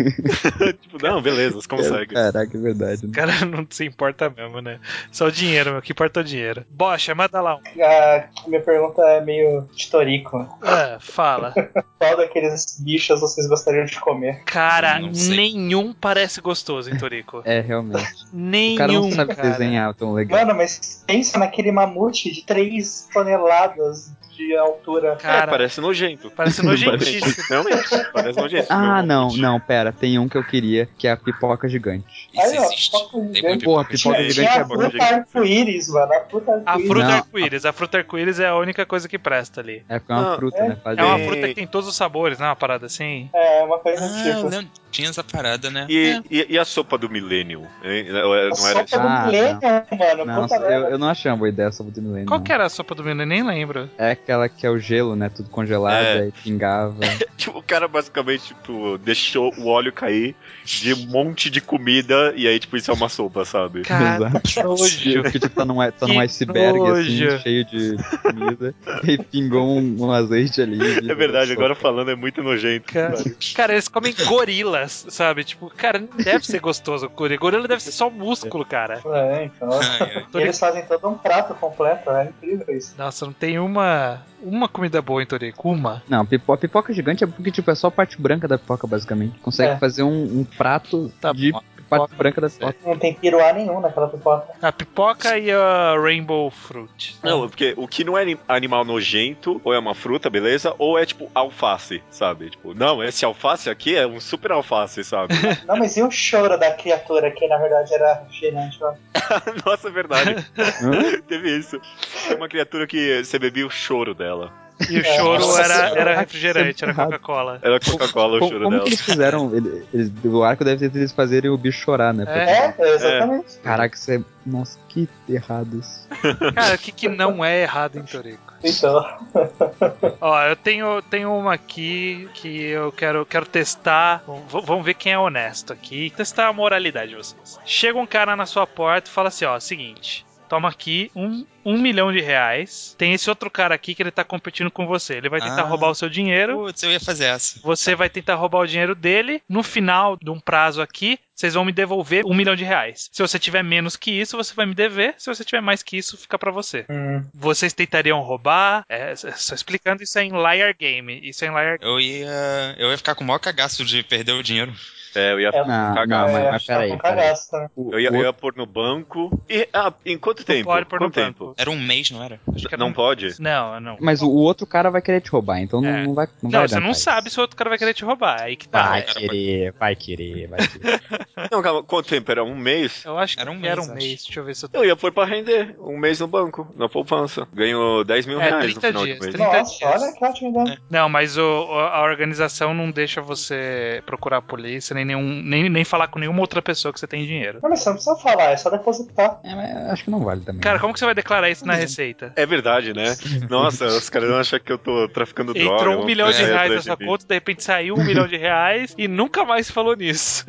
S2: tipo, não, beleza, eles conseguem.
S4: Caraca, é verdade.
S1: O
S4: Né?
S1: cara não se importa mesmo, né? Só o dinheiro, meu. O que importa é o dinheiro. Bocha, manda lá um.
S5: A minha pergunta é meio de torico.
S1: Ah, fala.
S5: Qual daqueles bichos vocês gostariam de comer?
S1: Cara,
S3: Não sei.
S1: nenhum parece gostoso em Torico.
S4: É, realmente.
S1: Nenhum,
S4: O cara não sabe
S1: cara.
S4: desenhar tão legal.
S5: Mano, mas pensa naquele mamute de 3 toneladas de altura.
S2: É,
S1: Cara,
S2: parece nojento.
S1: parece nojentíssimo.
S2: Parece- Realmente, parece nojento.
S4: Ah, não, não, pera. Tem um que eu queria, que é a pipoca gigante.
S3: isso
S5: Aí, ó,
S3: existe.
S5: pipoca
S3: Tem
S5: gigante.
S3: muito
S4: Porra,
S3: pipoca
S4: pipoca
S2: É,
S5: Tinha
S4: gigante é
S5: a
S4: bom.
S5: fruta arco-íris, mano. A fruta
S1: A
S5: arco-íris.
S1: fruta
S4: Não.
S1: arco-íris. A fruta arco-íris é a única coisa que presta ali.
S4: É porque é uma
S2: Não,
S4: fruta,
S5: é-
S4: né? Fazer.
S1: É uma
S2: Sim.
S1: fruta que tem todos os sabores, né? Uma parada assim.
S5: É, uma coisa do
S3: Ah, eu
S5: tipo.
S3: lembro. Tinha essa parada, né?
S2: E,
S3: É.
S2: e, e a sopa do Millennium? hein? Não era-
S5: A
S2: não era
S5: sopa do
S4: Ah,
S5: milênio, mano.
S4: Não,
S5: puta merda.
S4: eu, eu não achei uma boa ideia essa do milênio.
S1: Qual
S4: não.
S1: que é? era a sopa do menino? Eu nem lembro.
S4: É aquela que é o gelo, né? Tudo congelado,
S2: É.
S4: aí pingava.
S2: Tipo, o cara basicamente, tipo, deixou o óleo cair de um monte de comida e aí, tipo, isso é uma sopa, sabe?
S1: Cara,
S4: Exato.
S1: que nojo.
S4: Que tipo, tá num, tá
S1: Que
S4: num iceberg,
S1: nojo.
S4: assim, cheio de comida. e pingou um, um azeite ali.
S2: É verdade, agora falando é muito nojento.
S1: Cara, cara, eles comem gorilas, sabe? Tipo, cara, não deve ser gostoso gorila. Gorila deve ser só músculo, cara.
S5: É, então.
S3: Ai, ai.
S5: E Eles fazem todo um prato completo, é incrível isso.
S1: Nossa, não tem uma uma comida boa em Torico. Uma.
S4: Não, pipo- a pipoca gigante é porque, tipo, é só a parte branca da pipoca, basicamente. Consegue
S5: É.
S4: fazer um, um prato
S1: Tá
S4: de parte branca da pipoca.
S5: Não tem piruá nenhum naquela pipoca.
S1: A pipoca e a Rainbow Fruit.
S2: Não, porque o que não é anim- animal nojento, ou é uma fruta, beleza? Ou é tipo alface, sabe? Tipo, não, esse alface aqui é um super alface, sabe?
S5: Não, mas e o choro da criatura, que na verdade era refrigerante lá?
S2: Nossa, é verdade.
S4: Hã?
S2: Teve isso. Tem uma criatura que você bebia o choro dela.
S1: E o choro
S5: Nossa
S1: era,
S5: senhora.
S1: era refrigerante, era
S4: Errado.
S1: Coca-Cola.
S2: Era Coca-Cola o
S4: Como,
S2: choro
S4: como
S2: dela.
S4: que eles fizeram? Ele, eles, o arco deve ter eles fazerem o bicho chorar, né?
S1: É.
S5: É, exatamente.
S4: Caraca, isso é. Nossa, que errado isso.
S1: Cara, o que, que não é errado em Torico?
S5: Então,
S1: Ó, eu tenho, tenho uma aqui que eu quero, quero testar. V- vamos ver quem é honesto aqui. Testar a moralidade de vocês. Chega um cara na sua porta e fala assim: ó, seguinte. Toma aqui um, um milhão de reais. Tem esse outro cara aqui que ele tá competindo com você. Ele vai tentar
S3: Ah.
S1: roubar o seu dinheiro.
S3: Putz, eu ia fazer essa.
S1: Você vai tentar roubar o dinheiro dele. No final de um prazo aqui, vocês vão me devolver um milhão de reais. Se você tiver menos que isso, você vai me dever. Se você tiver mais que isso, fica pra você.
S5: hum,
S1: Vocês tentariam roubar. É, só explicando, isso é em Liar Game. Isso é em Liar
S3: Eu ia. Eu ia ficar com o maior cagaço de perder o dinheiro.
S2: É, eu ia
S5: é,
S4: Não,
S2: Cagado.
S4: não, mas,
S5: é,
S4: mas
S5: tá
S4: peraí.
S5: com
S4: peraí.
S5: cagaço, né?
S4: O-
S2: Eu ia,
S4: o
S2: eu ia pôr no banco. E, ah, em quanto
S1: Game.
S2: tempo?
S1: Pode pôr no
S2: quanto tempo?
S1: banco.
S3: Era um mês, não era?
S1: Acho que era
S2: Não
S1: um-
S2: pode?
S1: Não, não.
S4: Mas o o outro cara vai querer te roubar, então
S1: É.
S4: não, não vai. Não,
S1: Não,
S4: vai
S1: você não
S4: adiantar isso.
S1: sabe se o outro cara vai querer te roubar. Aí que tá.
S4: Vai
S3: cara,
S4: querer, vai querer, vai querer.
S2: Não, calma, quanto tempo? Era um mês?
S1: Eu acho que
S3: Era
S1: era
S3: um
S1: um,
S3: mês,
S1: mês,
S3: acho.
S1: Deixa eu ver se eu tô.
S2: Eu ia pôr pra render. Um mês no banco, na poupança. Ganho 10 mil
S1: É,
S2: reais no
S1: 30
S2: final
S1: dias,
S2: do mês.
S1: 30
S5: Nossa,
S1: dias.
S5: olha que né? ótima
S3: É.
S5: ideia.
S1: Não, mas o- o- a organização não deixa você procurar a polícia, nem, nenhum, nem, nem falar com nenhuma outra pessoa que você tem dinheiro.
S5: Não, mas você não precisa falar, é só depositar.
S4: É, mas acho que não vale também. né?
S1: Cara, como que você vai declarar isso na Receita?
S2: É verdade, né? Nossa, os caras vão achar que eu tô traficando droga. é,
S1: Entrou um
S2: vão
S1: milhão de
S2: correr
S1: reais na
S2: atrás
S1: sua
S2: de mim.
S1: conta, de repente saiu um milhão de reais e nunca mais falou nisso.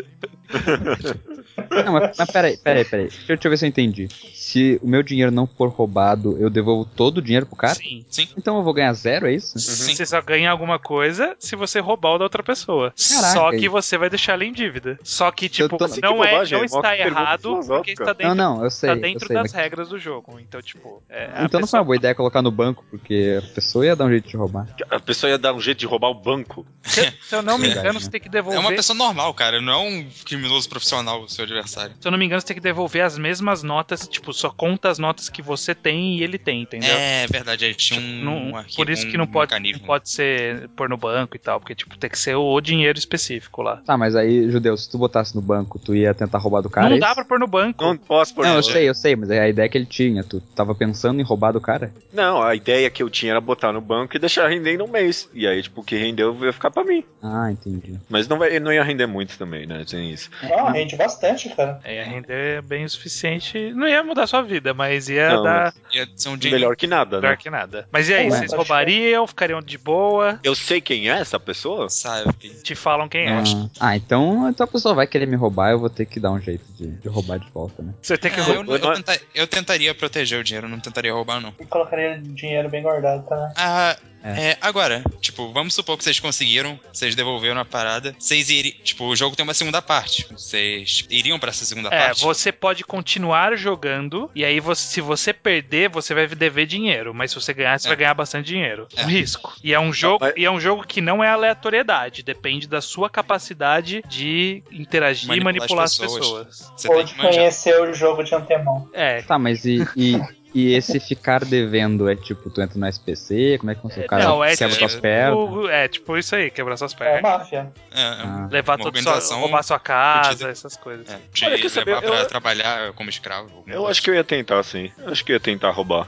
S4: Não, mas, mas peraí, peraí, peraí. Deixa eu, deixa eu ver se eu entendi. Se o meu dinheiro não for roubado, eu devolvo todo o dinheiro pro cara?
S1: Sim.
S4: Então eu vou ganhar zero, é isso?
S3: Sim.
S1: Você só ganha alguma coisa se você roubar o da outra pessoa.
S4: Caraca. é
S1: Só que você vai deixar ela em dívida. Só que, tipo,
S4: Eu tô-
S2: Que
S1: não, é, não
S2: bobagem, é uma
S1: está
S2: pergunta
S1: errado porque
S2: filosófica.
S1: está dentro,
S4: não, não, eu sei.
S1: tá
S4: eu
S1: dentro
S4: sei,
S1: das
S4: mas-
S1: regras do jogo. Então, tipo. é, a
S4: Então não foi
S1: pessoa-
S4: uma boa ideia colocar no banco, porque a pessoa ia dar um jeito de roubar.
S2: A pessoa ia dar um jeito de roubar o banco.
S1: se, eu- se eu não me
S4: Verdade,
S1: engano,
S4: né?
S1: você tem que
S3: É
S1: devolver.
S3: uma pessoa normal, cara. Não é um criminoso profissional, o seu adversário.
S1: Se eu não me engano, você tem que devolver as mesmas notas. Tipo, só conta as notas que você tem e ele tem, entendeu?
S3: É verdade, ele tinha um,
S1: Não-
S3: um arquivo,
S1: por isso que
S3: um
S1: não pode,
S2: Uhum.
S3: mecanismo.
S1: não pode ser pôr no banco e tal, porque tipo, tem que ser o dinheiro específico lá.
S4: Tá, mas aí, judeu, se tu botasse no banco, tu ia tentar roubar do cara? é
S1: não
S4: isso?
S1: dá pra pôr né? no banco.
S2: Não posso pôr
S4: Não, eu
S2: no-
S4: sei, eu sei, mas é a ideia que ele tinha. Tu tava pensando em roubar do cara?
S2: Não, a ideia que eu tinha era botar no banco e deixar render em um mês. E aí, tipo, o que rendeu ia ficar pra mim.
S4: Ah, entendi.
S2: Mas não, vai, ele não ia render muito também, né? Tem isso.
S5: Não, Ah, rende bastante, cara.
S1: É, ia render bem o suficiente. Não ia mudar sua vida, mas ia
S2: Não,
S1: dar
S3: Ia ser um dinheiro.
S2: Melhor que nada,
S1: melhor
S2: né?
S1: que nada. Mas e aí,
S5: Não,
S1: vocês
S5: acho-
S1: roubariam, ficariam de boa?
S2: Eu sei quem é essa pessoa?
S3: Sabe?
S1: Te falam quem é.
S4: Ah, ah, então, então a pessoa vai querer me roubar, eu vou ter que dar um jeito de, de roubar de volta, né?
S1: Você tem
S3: É,
S1: que
S3: eu,
S1: roubar.
S3: não- eu tenta- eu tentaria proteger o dinheiro, eu não tentaria roubar, não.
S5: E colocaria dinheiro bem guardado também.
S3: Ah,
S4: É.
S3: é, agora, tipo, vamos supor que vocês conseguiram, vocês devolveram a parada, vocês iriam. Tipo, o jogo tem uma segunda parte. Vocês iriam pra essa segunda
S1: É,
S3: parte?
S1: você pode continuar jogando, e aí você- se você perder, você vai dever dinheiro. Mas se você ganhar, você
S3: É.
S1: vai ganhar bastante dinheiro.
S3: É.
S1: Um risco. E é um jogo,
S2: mas-
S1: e é um jogo que não é aleatoriedade, depende da sua capacidade de interagir e manipular
S3: Manipular as
S1: as pessoas.
S3: Você
S5: Ou
S3: tem
S5: de
S3: que manjar.
S5: conhecer o jogo de antemão.
S1: É.
S4: Tá, mas e, e, e esse ficar devendo é tipo, tu entra no SPC, como é que funciona? O cara
S1: Não, é
S4: quebra
S3: tipo-
S4: tuas pernas.
S1: O- é, tipo isso aí, quebrar suas
S5: É,
S1: pernas.
S5: máfia.
S3: É,
S4: Ah,
S1: Levar
S3: Uma
S1: toda sua,
S3: organização
S1: roubar sua casa,
S3: fudida.
S1: essas coisas.
S3: é, te
S2: Olha,
S3: levar
S2: quer saber,
S3: pra
S2: eu-
S3: trabalhar como escravo. alguma
S2: Eu
S3: coisa.
S2: acho que eu ia tentar, sim. Eu acho que eu ia tentar roubar.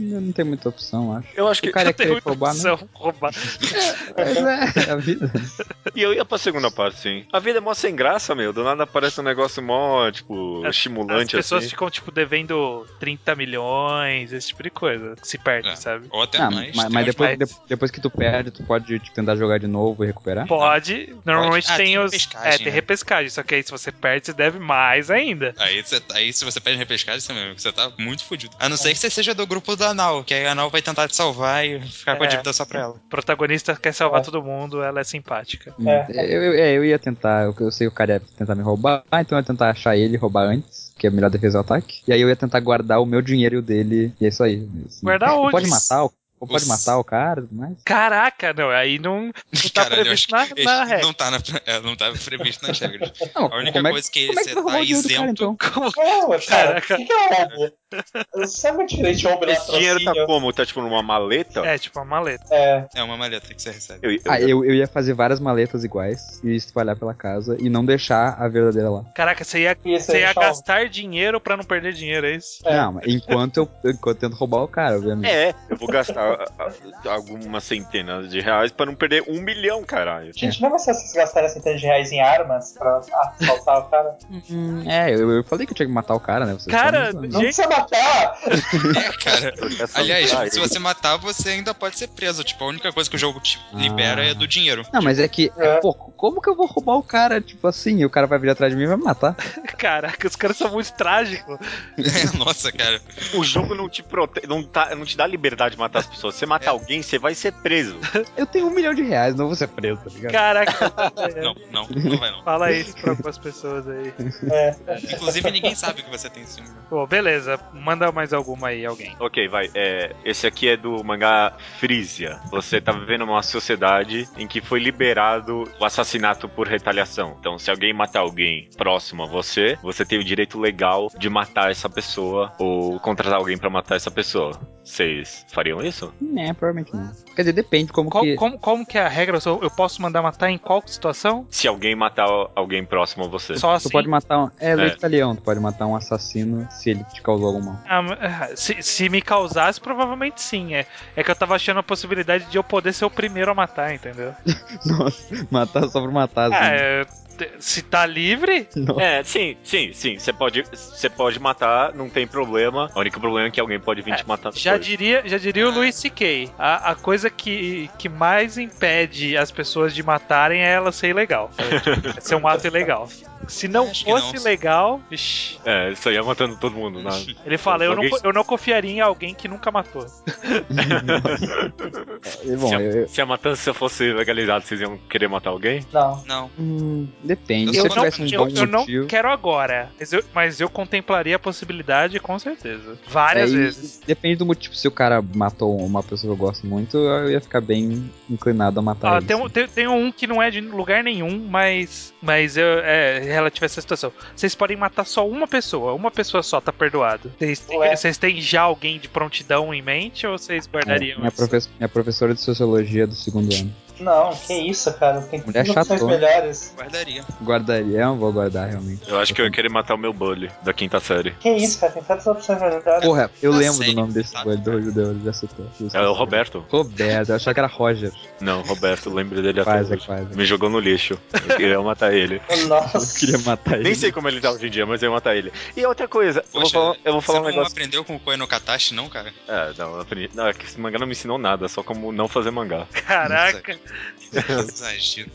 S4: não tem muita opção, acho.
S2: Eu acho que.
S4: O cara
S1: Não tem
S4: quer
S1: muita
S4: roubar, né?
S1: opção, roubar.
S4: Mas é, é a vida.
S2: E eu ia pra segunda parte, sim. A vida é mó sem graça, meu. Do nada aparece um negócio mó, tipo,
S1: As- As
S2: estimulante
S1: pessoas
S2: assim.
S1: ficam, tipo, devendo 30 milhões, esse tipo de coisa. que Se perde,
S3: É.
S1: sabe?
S3: Ou até
S4: Ah,
S3: mais.
S4: mas,
S3: tem
S4: mas
S3: uns
S4: depois,
S1: mais.
S4: de- depois que tu perde, tu pode tipo, tentar jogar de novo e recuperar?
S1: Pode, normalmente
S3: Ah,
S1: tem,
S3: tem
S1: os.
S3: repescagem,
S1: é, tem
S3: né?
S1: repescagem, só que aí se você perde, você deve mais ainda.
S3: Aí, você- tá, aí se você pede repescagem, você, mesmo, você tá muito fudido. A não
S1: É.
S3: ser que você seja do grupo da Anal, que aí a Anal vai tentar te salvar e ficar com a
S1: É.
S3: dívida só pra ela.
S1: O protagonista quer salvar
S5: É.
S1: todo mundo, ela é simpática.
S4: Hum,
S5: É.
S4: Eu, eu- é, eu ia tentar, eu, eu sei que o cara ia tentar me roubar, ah, então eu ia tentar achar ele e roubar antes, que é a melhor defesa é o ataque. E aí eu ia tentar guardar o meu dinheiro e o dele, e é isso aí. Assim,
S1: Guardar
S4: ou
S1: onde?
S4: Pode matar, o- ou pode
S3: Os-
S4: matar o cara, mas...
S1: Caraca, não, aí não, não tá
S3: Caralho, eu
S1: previsto na,
S3: acho que
S1: na regra.
S3: não, tá na, é, não tá previsto nas regras.
S4: Não,
S3: A única
S4: como é,
S3: coisa que
S4: como é que
S3: você
S4: vai roubar
S3: tá
S4: o dinheiro do cara,
S3: isento
S4: então?
S1: Como-
S5: É, ué, cara, o
S1: Caraca.
S5: que, que é roubo? Sabe o direito é de roubo de
S2: Esse dinheiro tá
S5: latrocínio?
S2: como? Tá tipo numa maleta?
S1: É, tipo, uma maleta.
S5: É,
S4: então?
S3: É uma maleta que você recebe.
S2: Eu, eu-
S4: Ah, eu, eu ia fazer várias maletas iguais e espalhar pela casa e não deixar a verdadeira lá.
S1: Caraca, você ia,
S5: e esse
S1: você
S5: aí é
S1: ia
S5: chama-
S1: gastar dinheiro pra não perder dinheiro, é isso?
S5: É.
S4: Não, mas enquanto eu, enquanto eu tento roubar o cara, obviamente.
S2: É, eu vou gastar a- a- algumas centenas de reais pra não perder um milhão, caralho.
S5: Gente, não é mais se vocês gastarem centenas de reais em armas pra assaltar o cara?
S4: Hum, É, eu, eu falei que eu tinha que matar o cara, né? Vocês
S1: Cara,
S4: estão me zoando.
S5: Não precisa matar!
S3: É, cara.
S2: Essa-
S3: Aliás,
S2: Ah,
S3: se você matar, você ainda pode ser preso. Tipo, a única coisa que o jogo te libera
S4: Ah.
S3: é do dinheiro.
S4: Não, mas é que,
S5: É.
S4: pô, como que eu vou roubar o cara, tipo assim, e o cara vai vir atrás de mim e vai me matar?
S1: Caraca, os caras são muito trágicos.
S3: Nossa, cara.
S2: O jogo não te protege, não, tá- não te dá liberdade de matar as pessoas. Se você matar
S3: É.
S2: alguém, você vai ser preso.
S4: Eu tenho um milhão de reais, não vou ser preso, tá ligado?
S1: Caraca, é,
S3: Não, não, não vai não.
S1: fala isso pra algumas pessoas aí.
S5: É.
S3: Inclusive, ninguém sabe que você tem esse número.
S1: Bom, beleza, manda mais alguma aí, alguém.
S2: Ok, vai. É, esse aqui é do mangá Frisia. Você tá vivendo uma sociedade em que foi liberado o assassinato por retaliação. Então, se alguém matar alguém próximo a você, você tem o direito legal de matar essa pessoa ou contratar alguém pra matar essa pessoa. Vocês fariam isso?
S4: É, provavelmente não. Quer dizer, depende como
S1: Qual,
S4: que...
S1: como, como que é a regra? Eu sou- Eu posso mandar matar em qual situação?
S2: Se alguém matar alguém próximo a você.
S1: Só assim.
S4: Tu pode matar um... É, lei
S2: É.
S4: de talião. Tu pode matar um assassino se ele te causou algum mal.
S1: Ah, mas, ah, se, se me causasse, provavelmente sim. É, é que eu tava achando a possibilidade de eu poder ser o primeiro a matar, entendeu?
S4: Nossa, matar só pra matar.
S1: Ah,
S4: assim.
S1: é, te- se tá livre,
S4: Nossa.
S2: É, sim, sim, sim. Você pode, você pode matar, não tem problema. O único problema é que alguém pode vir te matar
S1: já
S2: depois.
S1: diria, já diria o Luis C.K. A, a coisa que, que mais impede as pessoas de matarem é ela ser ilegal. É ser um ato ilegal. Se não
S3: Acho que não.
S1: fosse legal, ixi,
S2: É, isso aí é matando todo mundo. Né?
S1: ele fala, eu não,
S2: Alguém-
S1: co- eu não confiaria em alguém que nunca matou.
S4: É, Bom,
S2: se, a,
S4: eu... eu-
S2: se a matança fosse legalizada, vocês iam querer matar alguém?
S5: Não.
S3: Não.
S4: Hum, depende. se
S3: Eu
S4: eu
S3: não-
S4: tivesse um
S1: eu,
S4: bom
S1: eu não
S4: motivo...
S1: quero agora, mas eu, mas eu contemplaria a possibilidade com certeza. Várias
S4: Aí,
S1: vezes.
S4: Depende do motivo. Se o cara matou uma pessoa que eu gosto muito, eu ia ficar bem inclinado a matar
S1: Ah,
S4: ele.
S1: tem,
S4: assim.
S1: um, tem, tem um que não é de lugar nenhum, mas, mas eu, é relativo a essa situação. Vocês podem matar só uma pessoa, uma pessoa só tá perdoado. Vocês têm,
S3: é.
S5: Ué.
S1: vocês têm já alguém de prontidão em mente ou vocês
S4: É,
S1: guardariam
S4: minha,
S1: isso?
S4: profe- minha professora de sociologia do segundo ano.
S5: Não, que isso, cara. Tem
S4: Mulher
S5: mil opções
S4: chatona.
S5: melhores.
S3: Guardaria.
S4: Guardaria, eu vou guardar realmente.
S2: Eu acho que eu ia querer matar o meu bully da quinta série.
S5: Que isso, cara. Tem tantas opções melhores.
S4: Porra, eu
S3: Tá
S4: lembro
S3: sério,
S4: do nome desse
S3: tá?
S4: boy do judeu, ele já citou.
S2: É o Roberto.
S4: Roberto, eu achava que era Roger.
S2: Não, Roberto, lembro dele até
S4: Quase, é
S2: hoje.
S4: quase.
S2: Me jogou no lixo. Eu queria matar ele.
S5: Nossa.
S4: Eu queria matar ele.
S2: Nem sei como ele tá hoje em dia, mas eu ia matar ele. E outra coisa, eu vou
S3: Poxa,
S2: falar, eu vou falar um
S3: Você não
S2: negócio.
S3: aprendeu com o Koe no Katashi, não, cara?
S2: É, não, eu aprendi. Não, é que esse mangá não me ensinou nada, só como não fazer mangá.
S1: Caraca,
S3: Exagero.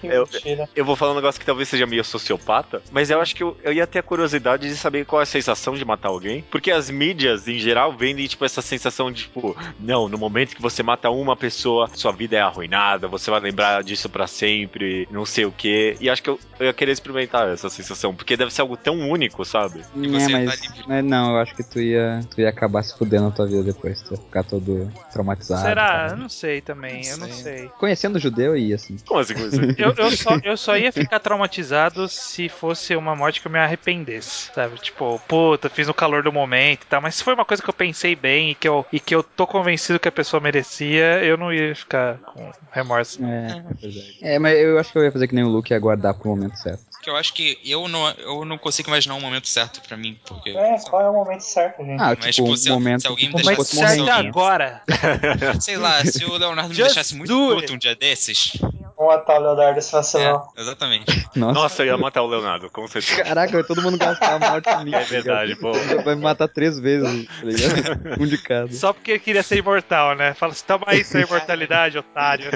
S5: Que
S2: Eu-
S5: mentira.
S2: Eu vou falar um negócio que talvez seja meio sociopata, mas eu acho que eu, eu ia ter a curiosidade de saber qual é a sensação de matar alguém. Porque as mídias, em geral, vendem, tipo, essa sensação de, tipo, não, no momento que você mata uma pessoa, sua vida é arruinada, você vai lembrar disso pra sempre, não sei o quê. E acho que eu, eu ia querer experimentar essa sensação, porque deve ser algo tão único, sabe?
S4: É,
S3: você ia
S4: mas.
S3: tá livre.
S4: mas Não, eu acho que tu ia, tu ia acabar se fudendo na tua vida depois. Tu ia ficar todo traumatizado.
S1: será? Eu
S4: sabe?
S1: não sei também,
S3: Não
S1: eu não
S3: sei.
S1: sei.
S4: Conhecendo o judeu, ia assim.
S2: Como assim, como assim?
S1: Eu, eu, só, eu só ia ficar traumatizado se fosse uma morte que eu me arrependesse, sabe? Tipo, puta, fiz no calor do momento e tal, mas se foi uma coisa que eu pensei bem e que eu, e que eu tô convencido que a pessoa merecia, eu não ia ficar com remorso.
S4: É, pois é. É, mas eu acho que eu ia fazer que nem o Luke ia guardar pro momento certo.
S3: Que eu acho que eu não, eu não consigo imaginar um momento certo pra mim, porque.
S5: É, qual é o momento certo, gente?
S4: Ah,
S3: Mas,
S4: tipo,
S3: tipo,
S4: um
S3: se-
S4: momento
S3: se alguém
S4: que
S3: me
S4: tu
S1: Mas
S4: fosse
S3: deixasse
S1: certo
S4: morrendo.
S3: morrendo.
S1: agora.
S3: Sei lá, se o Leonardo me
S1: É. Just
S3: deixasse muito
S1: do Tá.
S3: puto um dia desses.
S5: Vamos matar o Leonardo esse vacilão.
S3: É, exatamente.
S4: Nossa,
S2: Nossa, eu ia matar o Leonardo, com certeza.
S4: caraca, todo mundo gastar a morte nisso.
S2: É verdade, pô.
S4: ligado? tá Vai me matar três vezes, tá ligado? Um de cada.
S1: Só porque ele queria ser imortal, né? Fala assim, toma aí sua imortalidade, otário.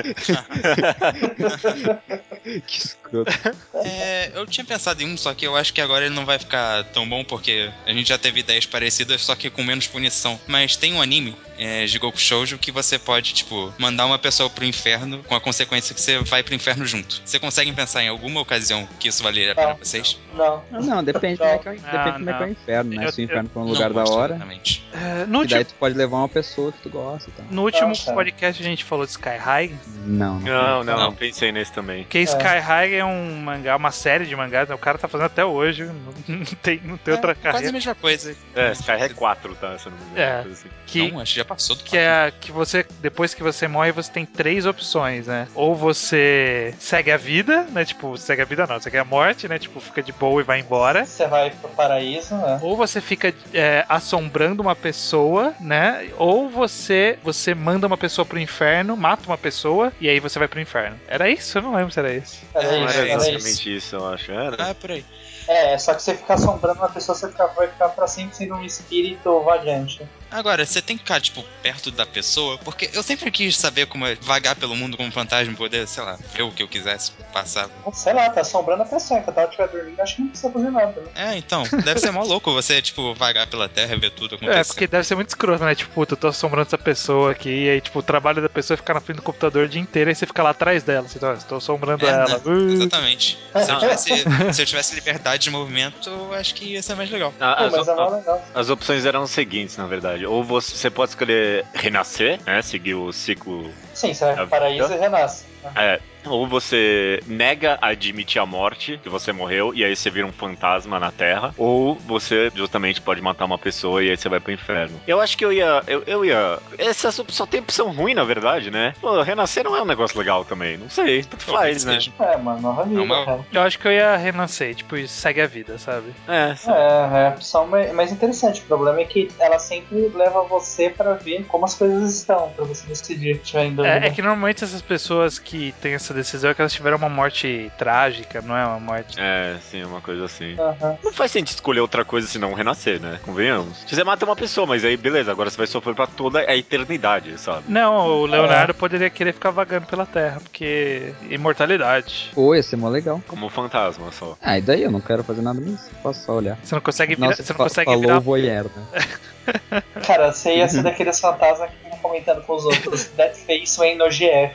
S4: Que escroto.
S3: É, eu tinha pensado em um, só que eu acho que agora ele não vai ficar tão bom, porque a gente já teve ideias parecidas, só que com menos punição. Mas tem um anime, é, Jigoku Shoujo, que você pode, tipo, mandar uma pessoa pro inferno, com a consequência que você vai pro inferno junto. Você consegue pensar em alguma ocasião que isso valeria a pena pra vocês?
S5: Não.
S4: Não, depende como é que é, o- depende como é que é o
S1: não.
S4: inferno, né?
S1: Eu-
S4: Se o inferno for um
S3: Não
S4: lugar da
S3: gosto né?
S4: hora,
S3: exatamente.
S1: Eh, no
S4: e daí
S1: último,
S4: tu pode levar uma pessoa que tu gosta e tal.
S1: no último
S5: Nossa.
S1: podcast a gente falou de Sky High.
S4: Não, não.
S2: Não, não, não, pensei nesse também.
S1: Porque Sky High é um mangá, uma série de mangás, né? O cara tá fazendo até hoje. Não tem, não tem outra
S3: É, quase a
S1: carreira.
S3: mesma coisa.
S2: É, Sky é 4, tá? Se eu não me engano.
S1: É.
S2: coisa assim.
S1: Que,
S3: Não, um acho que já passou do
S1: que é a- que você depois que você morre você tem três opções, né? Ou você segue a vida, né? Tipo segue a vida não, segue a morte, né? Tipo fica de boa e vai
S3: É.
S1: embora.
S5: Você vai pro paraíso, né?
S1: Ou você fica é, assombrando uma pessoa, né? Ou você você manda uma pessoa pro inferno, mata uma pessoa e aí você vai pro inferno. Era isso? Eu não lembro se era isso.
S5: Era
S3: É,
S2: Não
S5: isso,
S2: era
S3: é
S5: era isso.
S2: exatamente isso, eu acho. Era.
S3: Ah, por aí.
S5: É, só que você ficar assombrando uma pessoa, você fica- vai ficar pra sempre sendo um espírito vagante.
S3: Agora, você tem que ficar, tipo, perto da pessoa, porque eu sempre quis saber como é vagar pelo mundo como fantasma, poder, sei lá, ver o que eu quisesse passar.
S5: Sei lá, tá assombrando a pessoa. Enquanto ela estiver dormindo, acho que não precisa fazer nada, né?
S3: É, então, deve ser mó louco você, tipo, vagar pela terra, ver tudo
S1: É,
S3: acontecer.
S1: porque deve ser muito escroto, né? Tipo, puta, eu tô assombrando essa pessoa aqui, e aí, tipo, o trabalho da pessoa é ficar na frente do computador o dia inteiro, e você fica lá atrás dela, assim, "Nossa, tô assombrando
S3: É, né?
S1: ela. Uh.
S3: Exatamente. Se eu, tivesse, se eu tivesse liberdade de movimento, eu acho que ia ser mais legal.
S2: Ah,
S5: Pô,
S2: as
S5: mas é
S2: op-
S5: mó legal.
S2: As opções eram as seguintes, na verdade. Ou você, você pode escolher renascer, né? Seguir o ciclo.
S5: Sim, você vai
S2: É,
S5: pro paraíso e renasce. né?
S2: É, Ou você nega a admitir a morte, que você morreu, e aí você vira um fantasma na Terra. Ou você justamente pode matar uma pessoa e aí você vai pro inferno. Eu acho que eu ia. Eu, eu ia. Essa só- só tem opção ruim, na verdade, né? Pô, renascer não é um negócio legal também. Não sei. Tanto faz, né?
S3: Seja.
S5: É, mano, a
S3: É
S5: amiga,
S3: uma-
S5: cara.
S1: Eu acho que eu ia renascer, tipo, e segue a vida, sabe?
S2: É,
S5: É, é a opção mais mais interessante. O problema é que ela sempre leva você pra ver como as coisas estão, pra você decidir se tiver em dúvida.
S1: É, é que normalmente essas pessoas que têm essa decisão é que elas tiveram uma morte trágica, não é uma morte.
S2: É, sim, uma coisa assim.
S5: Aham.
S2: Não faz sentido escolher outra coisa senão renascer, né? Convenhamos. Se você mata uma pessoa, mas aí beleza, agora você vai sofrer pra toda a eternidade, sabe?
S1: Não,
S4: É.
S1: o Leonardo poderia querer ficar vagando pela Terra, porque. imortalidade.
S4: Pô, ia ser mó legal.
S2: Como um fantasma só.
S4: Ah, e daí eu não quero fazer nada nisso. Posso só olhar.
S1: Você não consegue virar.
S4: Nossa,
S1: você não
S4: fa-
S1: consegue
S4: falou
S1: virar.
S4: o voyeur, né?
S5: Cara, você
S3: Uhum.
S5: ia ser daqueles fantasmas que ficam comentando com os outros. That face vem no GF.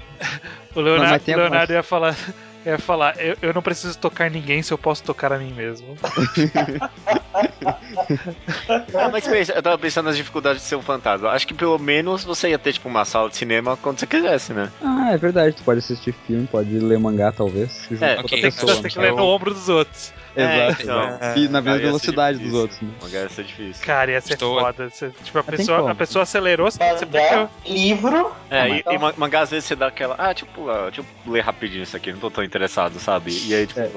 S1: O Leonardo,
S4: Não, mas tem
S1: Leonardo
S4: algumas.
S1: ia falar. Ia falar, eu, eu não preciso tocar em ninguém se eu posso tocar a mim mesmo.
S2: Ah, mas pensa, eu tava pensando nas dificuldades de ser um fantasma. Acho que pelo menos você ia ter, tipo, uma sala de cinema quando você quisesse, né?
S4: Ah, é verdade. Tu pode assistir filme, pode ler mangá, talvez. junto
S2: É,
S4: com
S3: ok.
S4: outra
S1: Tem que,
S4: pessoa.
S1: você um-
S4: né?
S1: tem que ler no ombro dos outros.
S4: Exato,
S2: É, então.
S4: exato. E na mesma
S2: Aí ia ser
S4: velocidade dos
S2: difícil.
S4: outros. né?
S2: Agora ia ser difícil.
S1: Cara, ia ser
S3: Estou-
S1: foda. Você- tipo, a
S4: Ah, tem
S1: pessoa, a
S4: como.
S1: pessoa acelerou, você você perdeu.
S5: Mangá, livro.
S2: É, e,
S5: Então-
S2: e ma- mangá às vezes você dá aquela. Ah, tipo, ah, deixa eu ler rapidinho isso aqui, não tô tão interessado, sabe? E aí, tipo,
S4: É.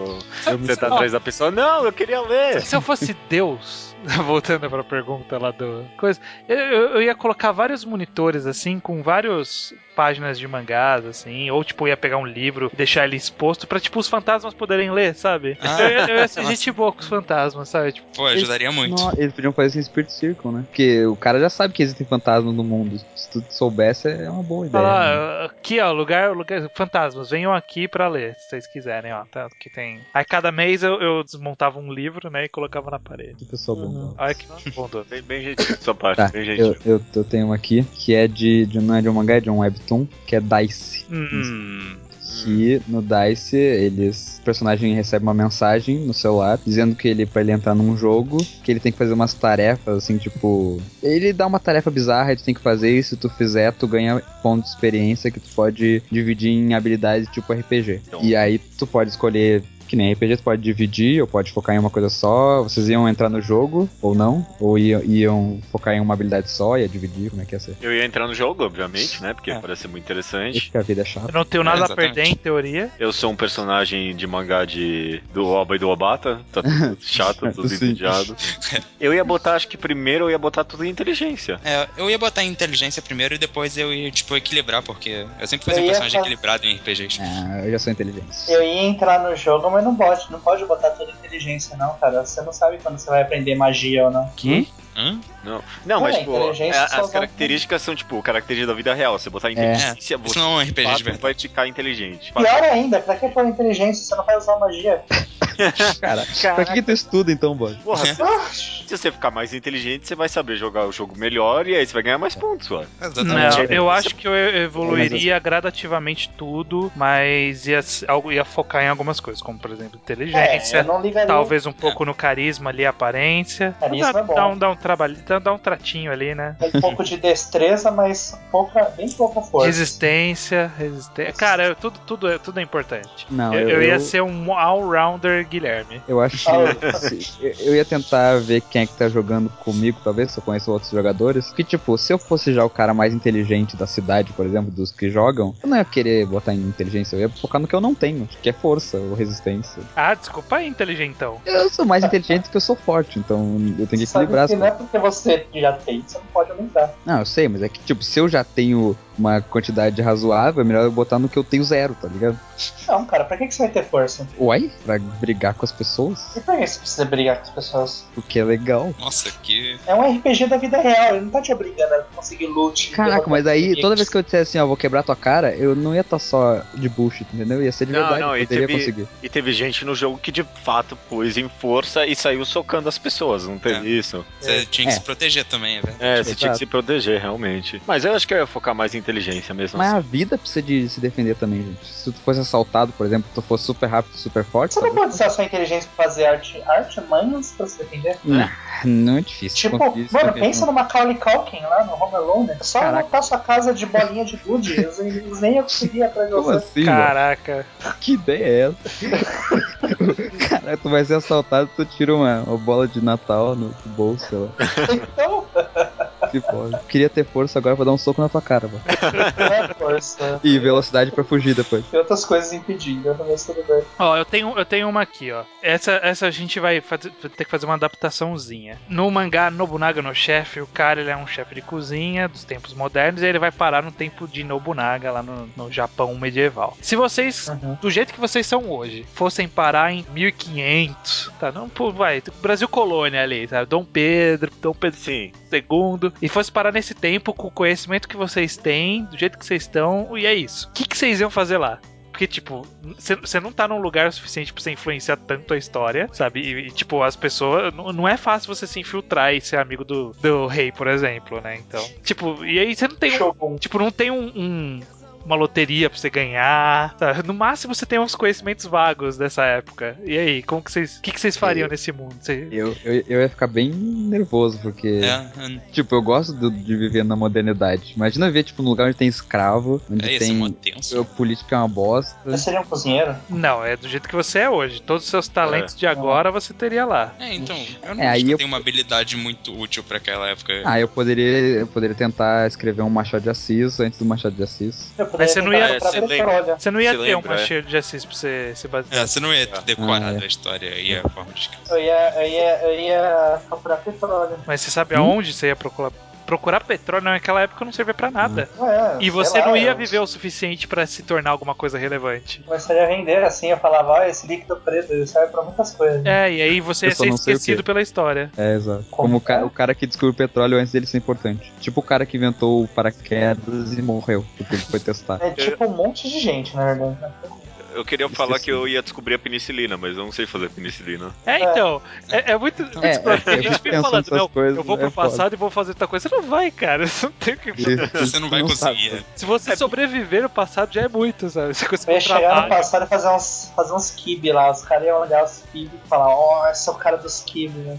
S4: Eu me
S2: você tá atrás da pessoa, não, eu queria
S3: É.
S2: ler.
S1: Se eu fosse Deus, voltando pra pergunta lá do coisa, eu, eu- eu ia colocar vários monitores assim, com várias páginas de mangás, assim, ou tipo, eu ia pegar um livro e deixar ele exposto pra tipo os fantasmas poderem ler, sabe?
S3: Ah.
S1: eu, ia- eu ia ser
S3: Nossa.
S1: gente boa com os fantasmas, sabe? Tipo,
S3: Pô, ajudaria muito.
S4: Não, eles podiam fazer isso em Spirit Circle, né? Porque o cara já sabe que existem fantasmas no mundo. Se tu soubesse, é uma boa ideia.
S2: Ah,
S4: né?
S1: falar, "Ah, aqui ó, lugar, lugar, fantasmas, venham aqui pra ler, se vocês quiserem, ó, tá, que tem. Aí cada mês eu, eu desmontava um livro, né, e colocava na parede.
S4: Que pessoa bondosa.
S1: Olha que bondoso.
S2: Bem, bem gentil, sua parte,
S4: Tá,
S2: bem gentil.
S4: eu, eu, eu tenho uma aqui, que é de, de, não é de um mangá, é de um webtoon, que é Dice.
S1: Hum,
S4: Que no Dice, eles, o personagem recebe uma mensagem no celular, dizendo que ele, pra ele entrar num jogo, que ele tem que fazer umas tarefas, assim, tipo... Ele dá uma tarefa bizarra e tu tem que fazer, e se tu fizer, tu ganha pontos de experiência que tu pode dividir em habilidades tipo RPG.
S2: Então.
S4: E aí tu pode escolher... Que nem RPG, tu pode dividir ou pode focar em uma coisa só. Vocês iam entrar no jogo ou não? Ou iam, iam focar em uma habilidade só, ia dividir? Como é que ia ser?
S2: Eu ia entrar no jogo, obviamente, né? Porque
S3: É.
S2: parece muito interessante.
S4: Acho que a vida é chata.
S1: eu não tenho nada a
S3: exatamente.
S1: perder em teoria.
S2: Eu sou um personagem de mangá de do Oba e do Obata. Tá tudo chato, tudo
S4: Sim.
S2: entediado. Eu ia botar, acho que primeiro eu ia botar tudo em inteligência.
S3: É, eu ia botar inteligência primeiro e depois eu ia, tipo, equilibrar, porque eu sempre fazia
S5: Eu
S3: um
S5: ia
S3: personagem
S5: fazer-
S3: equilibrado em RPGs.
S4: Ah, eu já sou inteligente.
S5: Eu ia entrar no jogo, mas não pode. Não pode botar toda a inteligência, não, cara. Você não sabe quando você vai aprender magia ou não.
S1: Que?
S3: Hã?
S2: Não, mas
S5: É,
S2: tipo,
S5: inteligência
S2: a-
S5: só
S2: as
S5: vai-
S2: características são, tipo, características da vida real. Você botar inteligência,
S3: Isso
S2: você
S3: não é um RPG de
S2: fato,
S3: verdade.
S2: vai ficar inteligente.
S5: Pior ainda, pra que pôr inteligência se você não vai usar magia?
S4: Cara, pra que, que tu estuda então, Bob?
S2: Porra, se,
S3: É.
S2: se você ficar mais inteligente, você vai saber jogar o jogo melhor e aí você vai ganhar mais pontos, ué.
S1: Não,
S5: é
S3: Exatamente.
S1: eu acho que eu evoluiria gradativamente tudo, mas ia, s- algo- ia focar em algumas coisas, como por exemplo inteligência,
S5: É, eu não ligaria.
S1: talvez um pouco no carisma ali, aparência.
S5: Carisma
S1: dá,
S5: é bom.
S1: dá um, dá um trabalho, dá, dá um tratinho ali, né?
S5: Um pouco de destreza, mas pouca, bem pouca força.
S1: Resistência, resistência. Cara, eu- tudo, tudo, é- tudo é importante.
S4: Não,
S1: eu,
S4: eu,
S1: eu ia
S4: eu-
S1: ser um all-rounder Guilherme.
S4: Eu acho
S5: Ah.
S4: que. se- eu- eu ia tentar ver quem é que tá jogando comigo, talvez, se eu conheço outros jogadores. Que, tipo, se eu fosse já o cara mais inteligente da cidade, por exemplo, dos que jogam, eu não ia querer botar em inteligência, eu ia focar no que eu não tenho, que é força ou resistência.
S1: Ah, desculpa aí, inteligentão.
S4: Eu sou mais inteligente porque eu sou forte, então eu tenho que
S5: Sabe
S4: equilibrar as
S5: que não é
S4: coisas.
S5: porque você já tem, você não pode aumentar.
S4: Não, eu sei, mas é que, tipo, se eu já tenho uma quantidade razoável, é melhor eu botar no que eu tenho zero, tá ligado?
S5: Não, cara, pra que, que você vai ter força?
S4: Uai, pra brigar com as pessoas?
S5: E pra que você precisa brigar com as pessoas?
S4: Porque é legal.
S3: Nossa, que.
S5: É um RPG da vida real, ele não tá te obrigando a conseguir loot.
S4: Caraca, mas aí toda vez que eu dissesse assim, ó, vou quebrar tua cara, eu não ia estar só de bullshit, entendeu? Ia ser de
S2: Não,
S4: verdade,
S2: não,
S4: eu
S2: e
S4: poderia
S2: teve-
S4: conseguir.
S2: E teve gente no jogo que de fato pôs em força e saiu socando as pessoas, não teve isso?
S3: Você tinha que
S4: É.
S3: se proteger também, é verdade.
S2: É, você
S4: Exato.
S2: tinha que se proteger, realmente. Mas eu acho que eu ia focar mais em inteligência mesmo.
S4: Mas
S2: assim.
S4: a vida precisa de se defender também, gente. Se tu fosse assaltado, por exemplo, tu fosse super rápido, super forte,
S5: Você não
S4: talvez-
S5: pode usar sua inteligência pra fazer arte, arte manhas pra se defender?
S4: Não, não é difícil.
S5: Tipo,
S4: conseguir se
S5: mano,
S4: defender.
S5: pensa no Macaulay Culkin lá no Home Alone. né? Só
S4: Caraca.
S5: montar sua casa de bolinha de gude, eles- eles nem iam conseguir atrás de
S4: Como
S5: você.
S4: assim, mano?
S1: Caraca.
S4: Que ideia é essa? Cara, tu vai ser assaltado, tu tira uma, uma bola de Natal no bolso, sei lá.
S5: Então,
S4: Que foda. Queria ter força agora pra dar um soco na tua cara, mano.
S5: não é força.
S4: E velocidade pra fugir depois.
S5: E outras coisas impedindo, mas tudo bem.
S1: Ó, eu tenho, eu tenho uma aqui, ó. Essa, essa a gente vai fazer- ter que fazer uma adaptaçãozinha. No mangá Nobunaga no chefe, o cara ele é um chefe de cozinha dos tempos modernos e ele vai parar no tempo de Nobunaga lá no, no Japão medieval. Se vocês,
S5: Uhum.
S1: do jeito que vocês são hoje, fossem parar em 1500, tá? Não, pô, vai, Brasil colônia ali, tá? Dom Pedro, Dom Pedro
S2: Sim.
S1: segundo e fosse parar nesse tempo com o conhecimento que vocês têm, do jeito que vocês estão, e é isso. O que, que vocês iam fazer lá? Porque, tipo, você não tá num lugar suficiente pra você influenciar tanto a história, sabe? E, e, tipo, as pessoas. Não, não é fácil você se infiltrar e ser amigo do, do rei, por exemplo, né? Então. Tipo, e aí você não tem um
S5: Shogun.
S1: Tipo, não tem um- um- uma loteria pra você ganhar. tá? No máximo você tem uns conhecimentos vagos dessa época. E aí, como que vocês. O que, que vocês fariam nesse mundo? Cê-
S4: Eu, eu, eu ia ficar bem nervoso, porque,
S3: É, é,
S4: tipo, eu gosto do- de viver na modernidade. Imagina ver, tipo, num lugar onde tem escravo, onde
S3: é esse
S4: tem.
S3: mó tenso.
S4: a política é uma bosta.
S5: Você seria um cozinheiro?
S1: Não, é do jeito que você é hoje. Todos os seus talentos de agora você teria lá.
S3: É, então, eu não
S4: É, aí
S3: acho que
S4: eu-
S3: eu tenho uma habilidade muito útil pra aquela época.
S4: Ah, eu poderia, eu poderia tentar escrever um Machado de Assis antes do Machado de Assis.
S5: Eu poderia
S1: você não
S5: tentar
S1: ia-
S5: comprar
S2: você
S5: petróleo.
S1: Você não ia
S2: Se
S1: ter
S2: lembra,
S1: uma
S2: é.
S1: cheia de assis pra você se basear.
S3: É, você não ia ter decorado
S4: Ah, é.
S3: a história e a forma de escrever.
S5: Eu ia, eu, ia, eu ia procurar petróleo.
S1: Mas você sabe
S4: Hum?
S1: aonde você ia procurar? Procurar petróleo naquela época não servia pra nada.
S4: Hum.
S5: É,
S1: E
S5: sei
S1: você
S5: lá,
S1: não ia
S5: eu-
S1: viver um- o suficiente pra se tornar alguma coisa relevante.
S5: Começaria a vender assim, eu falava, ó, esse líquido preto ele serve pra muitas coisas.
S1: É, e aí você
S4: Eu
S1: ia
S4: só
S1: ser
S4: não sei o
S1: esquecido
S4: quê.
S1: pela história.
S4: É, exato. Como o, ca- o cara que descobriu o petróleo antes dele ser importante. Tipo o cara que inventou o paraquedas e morreu, porque ele foi testar.
S5: É tipo um monte de gente, na verdade.
S2: Eu queria
S4: Esqueci.
S2: falar que eu ia descobrir a penicilina, mas eu não sei fazer penicilina.
S1: É, então. É, é muito.
S4: É,
S1: muito escroto.
S4: eu
S1: a gente
S4: fico
S1: fica falando,
S4: pensando
S1: não,
S4: essas coisas,
S1: eu vou pro
S4: é foda.
S1: passado e vou fazer outra coisa. Você não vai, cara. Você não tem o que.
S3: Você não vai conseguir. né?
S4: sabe.
S1: Se você sobreviver no passado já é muito, sabe? Você
S5: Eu
S1: conseguiu
S5: ia
S1: um
S5: chegar no
S1: trabalho.
S5: passado e fazer uns, fazer uns kibe lá, os caras iam olhar os kibe e falar, ó, esse é o cara dos kibe, né?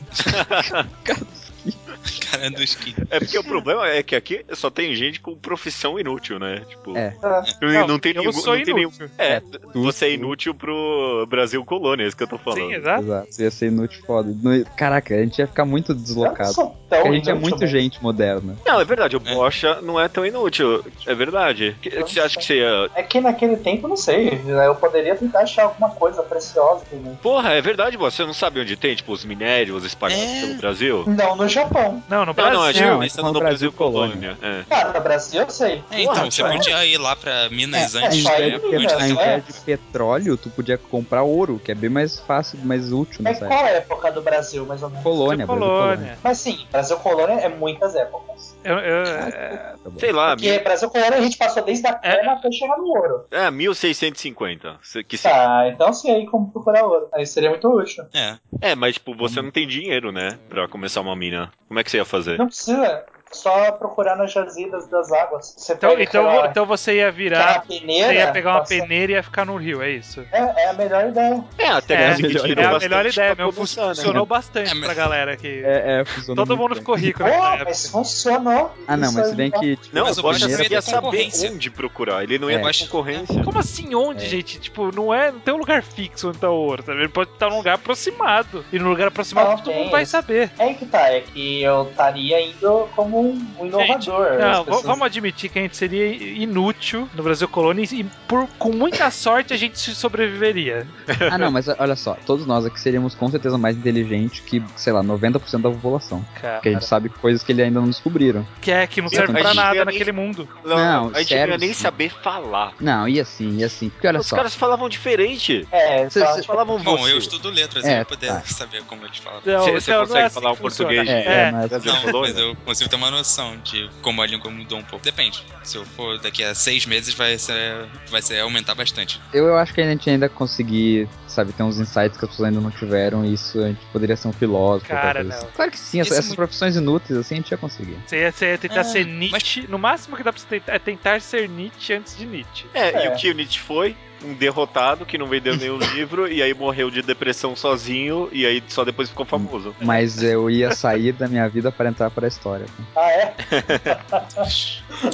S3: Cara do esqui.
S2: É porque o problema é que aqui só tem gente com profissão inútil, né? Tipo,
S4: É.
S2: não, não tem
S1: eu
S2: nenhum.
S1: sou
S2: não tem nenhum-
S1: um inútil.
S2: É,
S4: É,
S2: você é inútil pro Brasil colônia, é isso que eu tô falando.
S1: Sim, exato.
S4: Exato, ia ser inútil foda. No- Caraca, a gente ia ficar muito
S5: Eu não
S4: deslocado.
S5: sou tão
S4: Porque a gente é
S5: inútil,
S4: muito
S5: né?
S4: gente moderna.
S2: Não, é verdade, o
S3: É.
S2: Bocha não é tão inútil. É verdade. Que- Você acha que você ia.
S5: É que naquele tempo, não sei, né? eu poderia tentar achar alguma coisa preciosa. Né?
S2: Porra, é verdade, Bocha. Você não sabe onde tem, tipo, os minérios espalhados
S3: É.
S2: pelo Brasil? Ah,
S5: Não no Japão.
S1: Não, no
S2: Não, não, a gente
S1: Brasil.
S4: Não,
S2: pensa
S4: é só
S2: no
S4: no
S2: Brasil
S4: Brasil
S2: colônia. É.
S5: Cara, no Brasil eu sei.
S3: É, então,
S2: Porra,
S3: você
S2: cara.
S3: podia ir lá pra Minas
S5: É,
S4: Ao
S3: antes,
S5: só
S3: né?
S5: aí,
S4: invés, de, pet-
S3: Antes
S5: né?
S4: ao
S3: da
S5: Só
S3: guerra.
S5: é.
S4: invés de petróleo, tu podia comprar ouro, que é bem mais fácil, mais útil
S5: Mas
S4: nessa época.
S5: qual é a época do Brasil, mais ou menos?
S4: Colônia, Brasil, é colônia.
S1: colônia.
S5: Mas sim, Brasil Colônia é muitas épocas.
S1: né? Eu, eu-
S5: Ah,
S1: é,
S4: Tá bom.
S2: Sei lá,
S5: Porque Brasil Colônia a gente passou desde a terra até chegar no ouro.
S2: mil- é, 1650. se- Que se-
S5: Tá, então sei como procurar ouro. Aí seria muito útil.
S3: É.
S2: É, mas tipo, você não tem dinheiro, né? Pra começar uma mina. Como é que você ia fazer?
S5: Não precisa só procurar nas jazidas das águas. Você
S1: então,
S5: pega
S1: então,
S5: aquela-
S1: vo- então você ia
S5: aquela
S1: virar.
S5: peneira,
S1: Você ia pegar uma
S5: passa-
S1: peneira e ia ficar no rio, é isso?
S5: É, é a melhor ideia.
S2: É, até
S1: É,
S2: conseguir dinheiro
S1: é a
S2: bastante
S1: melhor ideia,
S5: Tá
S2: pra
S1: meu.
S2: começar, né?
S1: Funcionou bastante
S3: É, mas-
S1: pra galera aqui.
S4: É, é, funciona
S1: Todo
S4: muito
S1: mundo
S4: bem.
S1: ficou rico
S5: Pô,
S1: nessa época.
S5: Oh, mas funcionou.
S4: Ah, não,
S5: Isso
S4: mas
S5: aí
S4: se bem
S5: tá-
S4: que. Tipo,
S2: Não,
S3: Mas
S2: o
S3: o
S2: Bocha
S3: Bocha
S4: primeiro-
S2: não
S3: sabia
S2: ia
S3: da
S2: saber
S3: concorrência.
S2: onde procurar, ele não ia
S4: É.
S2: ter concorrência.
S1: Como assim onde,
S4: É.
S1: gente? Tipo, não é, não tem um lugar fixo onde tá o ouro, sabe? Ele pode estar num lugar aproximado. E no lugar aproximado
S5: Não,
S1: todo
S5: tem
S1: mundo vai
S5: isso.
S1: saber.
S5: É aí que tá, é que eu estaria indo como um inovador.
S1: Não,
S5: As pessoas-
S1: v- vamos admitir que a gente seria inútil no Brasil Colônia e por, com muita sorte a gente se sobreviveria.
S4: Ah, não, mas olha só, todos nós aqui seríamos com certeza mais inteligentes que, sei lá, 90% da população.
S1: Cara,
S4: Porque a gente sabe coisas que eles ainda não descobriram.
S1: que é que não
S4: Sim,
S1: serve
S4: mas
S1: pra
S4: a gente
S1: nada
S2: ia
S1: naquele mundo.
S4: Não,
S2: a gente
S4: sério,
S2: não ia nem
S4: sim.
S2: saber falar.
S4: Não, e assim, e assim. Porque olha
S2: Os
S4: só.
S2: caras falavam diferente.
S5: É,
S4: Cê-
S5: tá,
S4: cê-
S2: Eles falavam
S3: Bom,
S2: você.
S3: eu estudo letras,
S4: É,
S3: eu poderia
S4: tá.
S3: saber como eles falam.
S1: Não,
S2: Você- você
S1: não, não
S2: consegue
S1: assim
S2: falar
S1: que
S2: um
S1: funciona.
S2: português?
S1: É,
S4: mas-
S2: Brasil
S3: Não,
S2: colônia.
S3: mas eu consigo tomar noção de como a língua mudou um pouco. Depende. Se eu for daqui a seis meses, vai ser, vai ser aumentar bastante.
S4: Eu, eu acho que a gente ainda conseguir, sabe, ter uns insights que as pessoas ainda não tiveram, e isso a gente poderia ser um filósofo.
S1: Cara,
S4: talvez.
S1: não.
S4: Claro que sim,
S3: Isso
S4: essas,
S3: é
S4: essas
S3: muito-
S4: profissões inúteis, assim, a gente ia conseguir.
S1: Você ia, você ia tentar
S4: Ah.
S3: É,
S1: ser
S3: mas-
S1: Nietzsche. No máximo que dá pra você tentar é tentar ser Nietzsche antes de Nietzsche.
S2: É, e
S5: É.
S2: o que o Nietzsche foi? Um derrotado que não vendeu nenhum livro e aí morreu de depressão sozinho e aí só depois ficou famoso.
S4: Mas eu ia sair da minha vida para entrar para a história.
S5: Ah, é?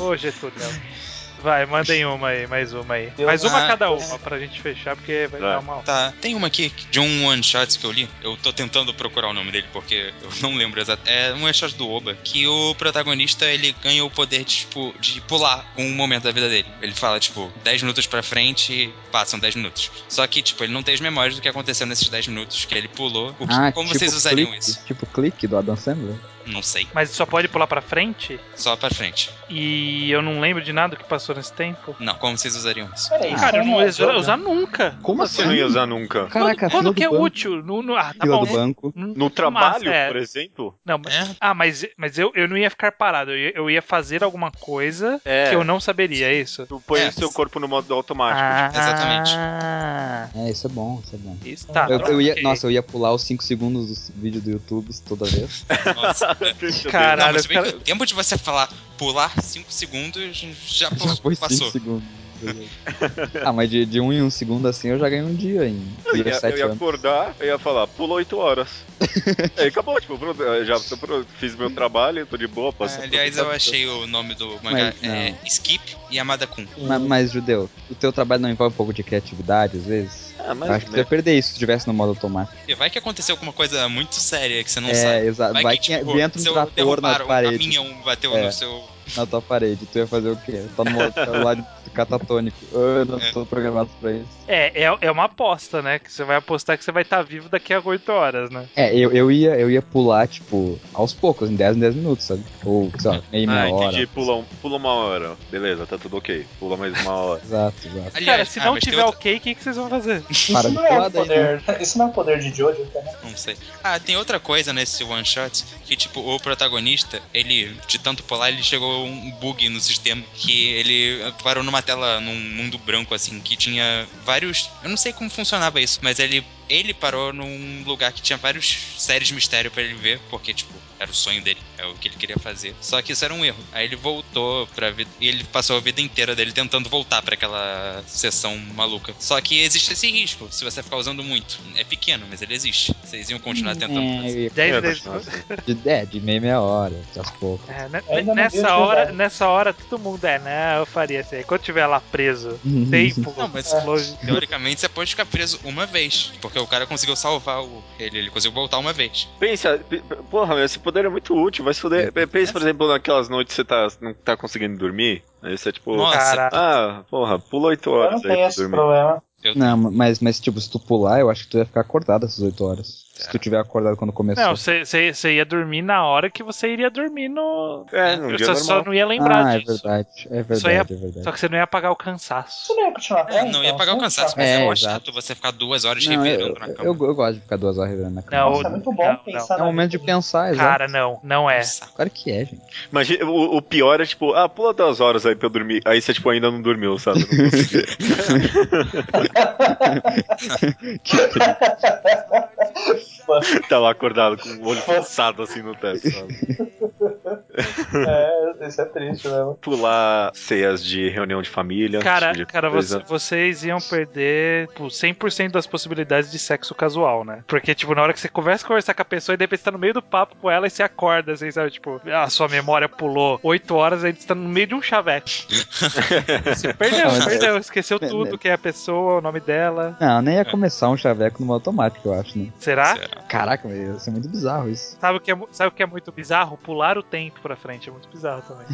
S1: Ô, Getúlio. Vai, mandem uma aí, mais uma aí. Mais uma
S3: Ah,
S1: cada uma pra gente fechar, porque vai
S2: Vai.
S1: dar uma.
S3: Tá, tem uma aqui de um one shot que eu li. Eu tô tentando procurar o nome dele porque eu não lembro exato. É um one shot do Oba que o protagonista ele ganha o poder de, tipo, de pular um momento da vida dele. Ele fala tipo 10 minutos pra frente e passam 10 minutos. Só que tipo ele não tem as memórias do que aconteceu nesses 10 minutos que ele pulou. O que-
S4: Ah,
S3: como
S4: tipo
S3: vocês usariam
S4: clique,
S3: isso?
S4: Tipo clique do Adam Sandler?
S3: Não sei.
S1: Mas só pode pular pra frente?
S3: Só pra frente.
S1: E eu não lembro de nada que passou nesse tempo.
S3: Não, como vocês usariam isso?
S4: Ah,
S5: Peraí,
S1: Cara, eu
S5: isso
S1: não
S5: é
S1: ia
S5: um jogo?
S1: usar, usar nunca.
S4: Como
S3: assim?
S4: assim?
S2: Você assim não ia usar nunca.
S1: quando
S4: Caraca, fila
S1: quando que é
S4: do banco,
S1: útil? No, no- ah, tá
S4: Fila
S1: bom.
S4: do banco.
S2: No trabalho,
S1: é.
S2: por exemplo?
S1: Não, mas-
S3: É.
S1: Ah, mas, mas eu, eu não ia ficar parado. Eu ia, eu ia fazer alguma coisa
S2: É.
S1: que eu não saberia, é isso?
S2: Tu põe
S3: É.
S2: o seu corpo no modo automático.
S1: Ah,
S3: exatamente.
S4: É, isso é bom, isso é bom.
S1: Isso tá.
S4: Eu, eu ia,
S1: ok.
S4: nossa, eu ia pular os 5 segundos do vídeo do YouTube toda vez.
S3: Nossa.
S2: Deixa eu ver.
S1: Cara, Caralho,
S3: não, mas se bem
S1: cara-
S3: que o tempo de você falar pular 5 segundos já,
S4: Já foi 5
S3: passou.
S4: segundos. ah, mas de, de um em um segundo assim eu já ganhei um dia em
S2: Eu ia,
S4: 17
S2: eu ia
S4: anos.
S2: acordar, eu ia falar, pulou 8 horas. Aí acabou, tipo, pronto, eu já tô pronto, fiz meu trabalho, tô de boa,
S3: Ah,
S2: passou.
S3: Aliás, eu achei o nome do mangá
S4: Mas não.
S3: é, Skip e Amada Kun.
S4: Ma- Mas, judeu, o teu trabalho não envolve um pouco de criatividade às vezes?
S2: Ah,
S4: Eu acho
S2: mas
S4: que é tu ia perder isso se estivesse no modo automático.
S3: E vai que aconteceu alguma coisa muito séria que você não
S4: é,
S3: sabe.
S4: exato. Vai, que
S3: tipo,
S4: dentro
S3: se
S4: um
S3: eu
S4: trator na
S3: derrubar Um
S4: parede.
S3: caminhão bateu
S4: É.
S3: no seu.
S4: na tua parede, tu ia fazer o quê? Tá no modo tá lá de catatônico. Eu não tô programado pra isso.
S1: É, é, é uma aposta, né? Que você vai apostar que você vai estar vivo daqui a 8 horas, né?
S4: É, eu, eu, ia, eu ia pular, tipo, aos poucos, em 10 em 10 minutos, sabe? Ou, sei lá, meia, meia
S2: Ah,
S4: hora.
S2: entendi, pula, um- pula uma hora. Beleza, tá tudo ok. Pula mais uma hora.
S4: Exato, exato.
S3: Aliás,
S1: Cara, se
S3: ah,
S1: não
S3: mas tem
S1: tiver
S3: outra-
S1: ok, o que, que vocês vão fazer?
S4: Para
S5: Isso
S4: de
S5: não é
S4: pular
S5: um
S4: daí, né?
S5: poder. Isso não é um poder de Jojo, cara.
S3: Não sei. Ah, tem outra coisa nesse one shot que, tipo, o protagonista, ele, de tanto pular, ele chegou a um bug no sistema que ele parou numa tela num mundo branco, assim, que tinha vários. Eu não sei como funcionava isso, mas ele. Ele parou num lugar que tinha vários séries de mistério pra ele ver, porque, tipo, era o sonho dele, é o que ele queria fazer. Só que isso era um erro. Aí ele voltou pra vida. E ele passou a vida inteira dele tentando voltar pra aquela sessão maluca. Só que existe esse risco, se você ficar usando muito. É pequeno, mas ele existe. Vocês iam continuar tentando fazer.
S4: É, eu ia-
S1: 10
S2: É,
S1: vezes.
S2: continua assim.
S4: de, é, de meia, meia hora, aos poucos.
S1: É, né-
S5: Ainda não vi
S1: nessa,
S5: de
S1: hora,
S4: né?
S5: verdade.
S1: nessa hora, todo mundo é, né? Eu faria isso aí. Quando tiver lá preso, tempo, é,
S3: Não, mas-
S1: longe.
S3: Teoricamente, você pode ficar preso uma vez, porque o cara conseguiu salvar o... ele, ele conseguiu voltar uma vez.
S2: Pensa, p- p- porra, meu, esse poder é muito útil, vai se fuder. P- Pensa, por exemplo, naquelas noites que você tá, não tá conseguindo dormir. Aí você, tipo,
S3: Nossa,
S1: Cara,
S2: ah, porra, pula 8
S5: Eu não
S2: horas aí
S5: tenho
S2: pra
S5: esse
S2: dormir.
S5: problema.
S3: Eu...
S4: Não, mas, mas tipo, se tu pular, eu acho que tu ia ficar acordado essas 8 horas. Se tu tiver acordado quando começou.
S1: É. não, você- você você ia dormir na hora que você iria dormir no.
S2: É, num
S1: Eu
S2: dia
S1: só, só
S2: normal.
S1: não ia lembrar
S4: ah,
S1: disso.
S4: é verdade, é
S1: Só ia-
S4: verdade, é verdade.
S1: Só que você não ia apagar o cansaço.
S5: Isso não ia continuar
S3: É,
S5: até,
S3: não ia
S5: então.
S3: pagar o
S5: Isso
S3: cansaço,
S5: não
S3: mas
S5: ia
S3: é,
S4: É,
S3: mó
S4: exato.
S3: chato você ficar duas horas
S4: Não, eu,
S1: né,
S3: revirando na
S4: eu-
S3: cama.
S4: eu, eu gosto de ficar duas horas revirando na cama.
S1: Não,
S5: Nossa, é muito bom
S1: Não,
S5: pensar
S4: É um
S5: na
S4: momento de
S5: vida.
S4: pensar, exato.
S1: Cara, não, não é.
S3: Nossa.
S4: Claro que é, gente.
S2: Imagina, o, o pior é, tipo, ah, pula 2 horas aí pra eu dormir. Aí você, tipo, ainda não dormiu, sabe? Não consegui. tá lá acordado com o olho forçado assim no teto, sabe?
S5: É, isso é triste mesmo.
S2: Pular ceias de reunião de família. esse
S1: Cara,
S2: tipo de
S1: cara
S2: coisa.
S1: você- vocês iam perder tipo, 100% das possibilidades de sexo casual, né? Porque, tipo, na hora que você começa a conversar com a pessoa e depois você tá no meio do papo com ela e você acorda, assim, sabe? Tipo, a sua memória pulou 8 horas e aí você tá no meio de um chaveco. você perdeu,
S4: Não, mas-
S1: perdeu. Esqueceu tudo, quem é a pessoa, o nome dela.
S4: Não, nem ia começar um chaveco no modo automático, eu acho, né?
S1: Será?
S3: Será?
S4: Caraca, mas ia ser muito bizarro isso.
S1: Sabe o, que é, mu- sabe o que é muito bizarro? Pular o tempo pra frente. É muito bizarro também.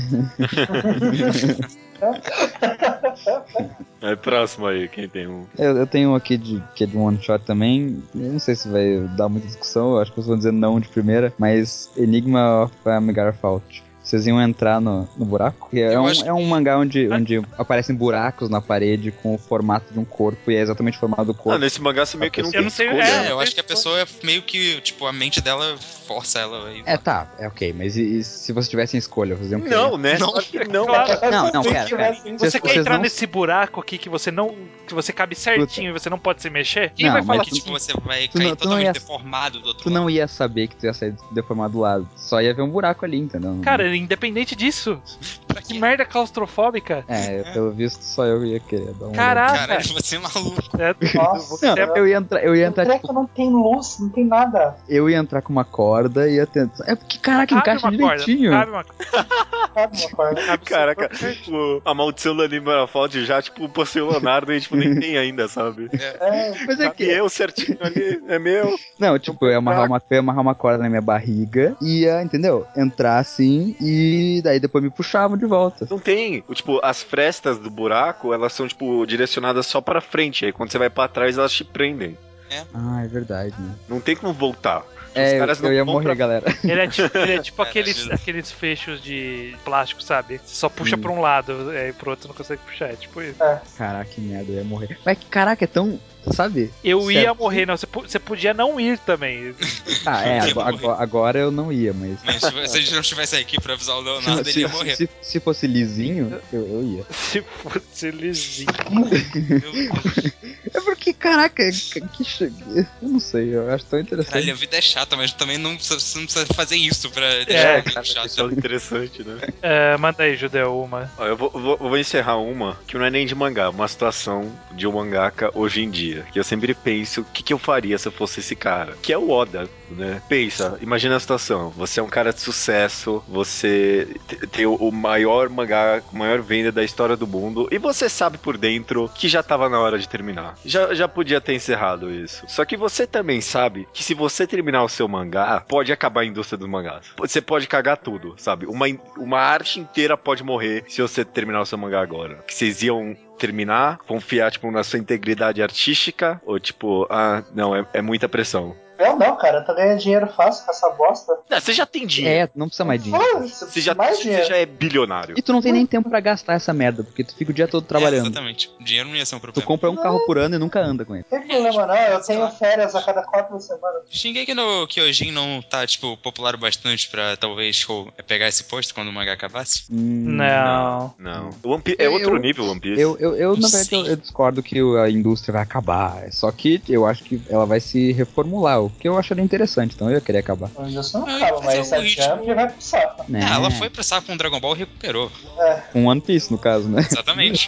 S2: É próximo aí, quem tem um.
S4: Eu, eu tenho um aqui de, que é de um one shot também. Eu não sei se vai dar muita discussão, eu acho que eu vou dizer não de primeira, mas Enigma of Amigar Fault. Vocês iam entrar no, no buraco? Que É
S3: Eu
S4: um,
S3: acho
S4: é um mangá onde, onde aparecem buracos na parede com o formato de um corpo e é exatamente o formato do
S2: Ah,
S4: corpo.
S2: nesse mangá você meio que não
S4: Eu
S2: tem
S1: não sei-
S2: escolha.
S1: é,
S2: né?
S3: É, eu acho que a pessoa é meio que, tipo, a mente dela força ela. aí.
S4: É, tá, é ok, mas e, e se você tivesse escolha, fazer um
S2: Não, né?
S3: Não.
S2: Acho que não.
S1: Claro.
S4: Não, não,
S5: Se
S4: pera,
S5: tivesse-
S4: Vocês-
S1: Você quer
S4: vocês
S1: entrar
S4: não-
S1: nesse buraco aqui que você não. que você cabe certinho e você não pode se mexer? Quem
S4: Não,
S1: vai
S4: mas
S1: falar
S3: que
S4: tu-
S1: assim?
S3: tipo, você vai
S4: tu não- tu
S3: cair
S4: não
S3: totalmente
S4: ia-
S3: deformado do outro
S4: Tu
S3: lado.
S4: não ia saber que tu ia sair deformado do lado. Só ia ver um buraco ali, entendeu?
S1: Cara, independente disso,
S3: Pra
S1: que
S3: quê?
S1: merda claustrofóbica.
S4: É, pelo visto só eu ia querer dar um.
S1: Caraca!
S3: Caralho, você é maluco.
S1: É,
S5: Nossa.
S4: Não,
S1: é-
S4: eu ia entrar, eu ia entrar,
S5: Tanto é
S4: tipo,
S5: que não tem luz, não tem nada.
S4: eu ia entrar com uma corda e ia tentar. É porque, caraca,
S1: cabe
S4: encaixa
S1: uma corda,
S4: direitinho.
S1: cabe uma
S5: Sabe uma coisa?
S1: cabe
S2: Caraca,
S1: super-
S2: tipo, a maldição da Animal Fault já, tipo, possui o Leonardo e, tipo, nem tem ainda, sabe?
S5: É,
S4: Mas é
S2: Sabe
S4: que.
S2: eu certinho ali, é meu.
S4: Não, tipo, eu ia amarrar uma, eu ia amarrar uma corda na minha barriga e ia, entendeu? Entrar assim e daí depois me puxavam de volta.
S2: Não tem. O, Tipo, as frestas do buraco, elas são, tipo, direcionadas só pra frente. Aí quando você vai pra trás, elas te prendem.
S4: Ah, é verdade, né?
S2: Não tem como voltar.
S4: É,
S2: caras
S4: eu
S2: não
S4: ia
S2: vão
S4: morrer,
S2: pra-
S4: galera.
S1: Ele é tipo, ele é tipo
S3: Cara,
S1: aqueles,
S3: Jesus.
S1: aqueles fechos de plástico, sabe? Você só puxa
S4: Sim.
S1: pra um lado é, e pro outro não consegue puxar. É tipo isso.
S4: Caraca, que merda, eu ia morrer. Mas caraca, é tão. Sabe?
S1: Eu
S4: Certo.
S1: ia morrer, não. Você, po- você podia não ir também.
S4: Ah, é,
S3: Eu ia
S4: agora,
S3: morrer.
S4: agora- agora eu não ia, mas.
S3: Mas tipo, se a gente não estivesse aqui pra avisar o Leonardo,
S4: Se,
S3: ele ia
S4: se-
S3: morrer.
S4: se- se fosse lisinho, eu, eu ia.
S1: Se fosse lisinho.
S3: Meu Deus.
S4: É porque, caraca, que. che- Eu não sei, eu acho tão interessante.
S3: Caralho, a vida é chata, mas também não precisa, você não precisa fazer isso pra
S1: É,
S3: deixar alguém
S2: Cara, isso é
S3: chato.
S2: interessante, né?
S1: É, manda aí, Judeu, uma.
S2: Ó, eu vou, vou- vou encerrar uma que não é nem de mangá, uma situação de um mangaka hoje em dia. Que eu sempre penso, o que, que eu faria se eu fosse esse cara? Que é o Oda, né? Pensa, imagina a situação. Você é um cara de sucesso, você te- tem o, o maior mangá, maior venda da história do mundo, e você sabe por dentro que já tava na hora de terminar. Já, já podia ter encerrado isso. Só que você também sabe que se você terminar o seu mangá, pode acabar a indústria dos mangás. Você pode cagar tudo, sabe? Uma, in- uma arte inteira pode morrer se você terminar o seu mangá agora. Que vocês iam terminar, confiar, tipo, na sua integridade artística, ou tipo, ah, não, é, é muita pressão.
S5: Não, não, cara, tá ganhando dinheiro fácil com essa bosta.
S2: Não, você já tem dinheiro.
S4: É, não precisa mais dinheiro.
S5: Foda-se,
S2: Você já,
S5: mais
S2: você
S5: dinheiro.
S2: já é bilionário.
S4: E tu não tem nem tempo pra gastar essa merda, porque tu fica o dia todo
S3: É,
S4: trabalhando.
S3: exatamente. Dinheiro não ia ser um
S4: tu
S3: problema.
S4: compra um carro por ano e nunca anda com ele.
S5: Não tem problema não, eu tenho férias a cada quatro semanas.
S3: Xinguei que no Kyojin não tá, tipo, popular o bastante pra talvez ou, pegar esse posto quando o mangá acabasse.
S4: Hum,
S1: Não.
S2: Não. One Piece, é outro
S4: Eu-
S2: nível One Piece.
S4: Eu, eu, eu, na verdade,
S3: Sim.
S4: eu, eu discordo que o- a indústria vai acabar. é Só que eu acho que ela vai se reformular, o que eu acharia interessante, então eu ia querer acabar.
S5: Hoje eu só não
S3: Ai,
S5: acaba,
S3: mas
S5: mas
S3: é
S5: a
S3: um ritmo.
S5: Jump vai pro saco.
S4: Né?
S3: É, ela foi pra saco com Dragon Ball e recuperou.
S4: Com One Piece, no caso, né?
S3: Exatamente.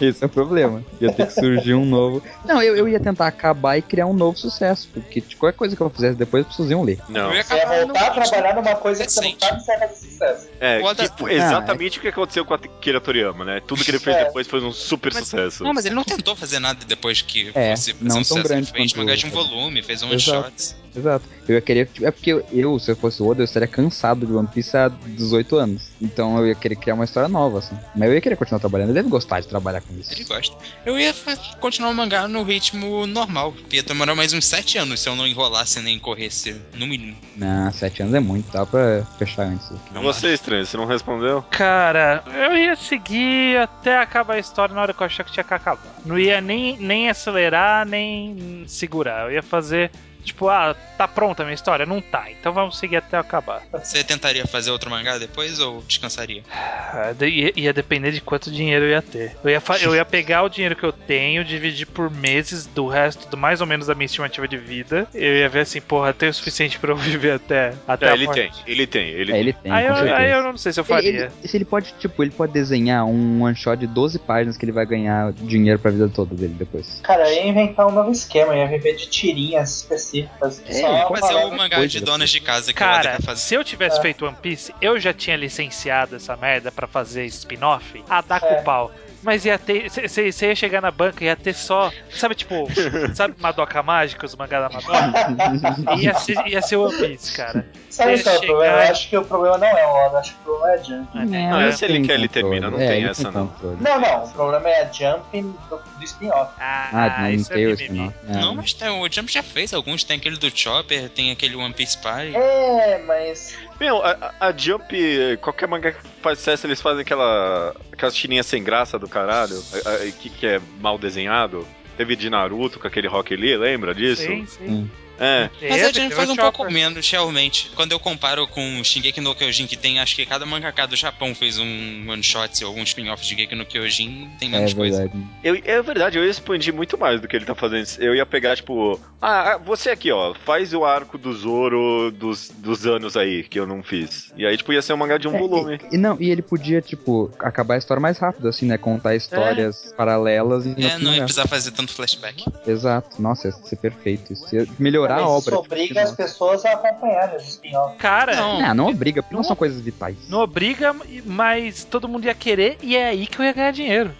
S4: Esse é o problema. Ia ter que surgir um novo. Não, eu, eu ia tentar acabar e criar um novo sucesso. Porque tipo, qualquer coisa que eu fizesse depois, vocês iam ler.
S2: Não.
S3: Eu ia
S5: Você ia
S3: acabar
S5: voltar a
S3: no-
S5: trabalhar numa coisa que você não
S3: Decente.
S5: sabe se vai fazer sucesso.
S2: É,
S3: O Oda-
S2: tipo, exatamente o que aconteceu com a Kira Toriyama, né? Tudo que ele fez
S5: É.
S2: depois foi um super
S3: Mas-
S2: sucesso.
S3: Não, mas ele não tentou fazer nada depois que
S4: É,
S3: fosse fazer
S4: não
S3: um
S4: tão
S3: sucesso.
S4: grande
S3: Ele fez
S4: quanto-
S3: mangá de um volume, fez um one
S4: Exato.
S3: shot.
S4: Exato. Eu ia querer. tipo, É porque eu- eu, se eu fosse o Oda, eu estaria cansado de One Piece há 18 anos. Então eu ia querer criar uma história nova, assim. Mas eu ia querer continuar trabalhando. Ele deve gostar de trabalhar com
S3: Ele
S4: isso.
S3: gosta. Eu ia fa- continuar o mangá no ritmo normal. Ia demorar mais uns sete anos se eu não enrolasse nem corresse, no mínimo.
S4: Não, 7 anos é muito. Dá pra fechar antes.
S3: Não
S2: Você, é estranho, você não respondeu?
S1: Cara, eu ia seguir até acabar a história na hora que eu achar que tinha que acabar. Não ia nem, nem acelerar, nem segurar. Eu ia fazer, tipo, ah, tá pronta a minha história? Não tá, então vamos seguir até acabar.
S3: Você tentaria fazer outro mangá depois ou descansaria?
S1: Ah, de- ia, ia depender de quanto dinheiro eu ia ter. Eu ia, fa- eu ia pegar o dinheiro que eu tenho, dividir por meses do resto, do mais ou menos da minha estimativa de vida. Eu ia ver assim, porra, tem o suficiente pra eu viver até, até
S2: É,
S1: a
S2: ele
S1: morte.
S2: tem, ele tem, ele
S4: É,
S2: tem.
S4: ele tem.
S1: aí,
S4: com
S1: eu,
S4: certeza.
S1: aí eu não sei se eu faria.
S4: Ele, ele- se ele pode, tipo, ele pode desenhar um one shot de 12 páginas que ele vai ganhar dinheiro pra vida toda dele depois.
S5: Cara, eu ia inventar um novo esquema, eu ia viver de tirinhas específicas.
S4: É,
S5: só
S4: ia
S3: Fazer
S5: palavras-
S3: o mangá
S4: depois,
S3: de
S4: depois.
S3: donas de casa que o Oda
S1: Cara,
S3: quer fazer.
S1: se eu tivesse
S5: É.
S1: feito One Piece, eu já tinha licenciado essa merda pra fazer spin-off a dar
S5: É.
S1: com pau. Mas ia ter. Você ia chegar na banca e ia ter só. Sabe, tipo. sabe Madoka Mágica, os mangá da Madoka? ia, ser, ia ser One Piece, cara.
S5: Sabe
S1: Ele
S5: qual é o
S1: chega-
S5: problema? Eu acho que o problema não é o Oda, acho que o problema é a Jump.
S2: Não, se ele quer, ele termina, não tem
S4: É, ele
S2: essa, não.
S4: controle.
S5: Não, não, o problema é a Jump do, do spin-off.
S1: Ah,
S4: Ah, não
S1: isso
S4: tem
S1: é
S4: o
S1: mimimi.
S4: spin-off. É.
S3: Não, mas tem, o Jump já fez alguns. Tem aquele do Chopper, tem aquele One Piece Party.
S5: É, mas.
S2: Meu, a, a- a Jump, eh, qualquer manga que faz sucesso, eles fazem aquela, aquelas tirinhas sem graça do caralho, a- a- que, que é mal desenhado. Teve de Naruto com aquele Rock Lee, lembra disso?
S1: Sim, sim.
S2: É.
S3: Mas a
S1: Esse
S3: Jane
S1: aqui é
S3: faz
S1: o
S3: um
S1: Chopper.
S3: pouco menos, realmente. Quando eu comparo com o Shingeki no Kyojin, que tem, acho que cada mangaka do Japão fez um one-shot ou um spin-off de Shingeki no Kyojin, tem
S4: É
S3: menos coisa.
S4: verdade.
S2: Eu- é verdade, eu ia expandir muito mais do que ele tá fazendo. Eu ia pegar, tipo, ah, ah, você aqui, ó, faz o arco do Zoro dos, dos anos aí, que eu não fiz. E aí, tipo, ia ser um mangá de um
S4: É,
S2: volume.
S4: E, e não, e ele podia, tipo, acabar a história mais rápido, assim, né? Contar histórias paralelas e
S3: É, não ia
S4: é.
S3: precisar fazer tanto flashback.
S4: Exato. Nossa, ia ser perfeito. Isso ia melhorar a
S5: Mas
S4: obra.
S5: Isso
S4: tipo,
S5: obriga as
S4: nossa.
S5: pessoas a acompanharem os spin-offs.
S1: Cara, não,
S3: Não,
S4: Não, não obriga, porque não
S1: Não-
S4: são coisas vitais.
S1: obriga, mas todo mundo ia querer e é aí que eu ia ganhar dinheiro.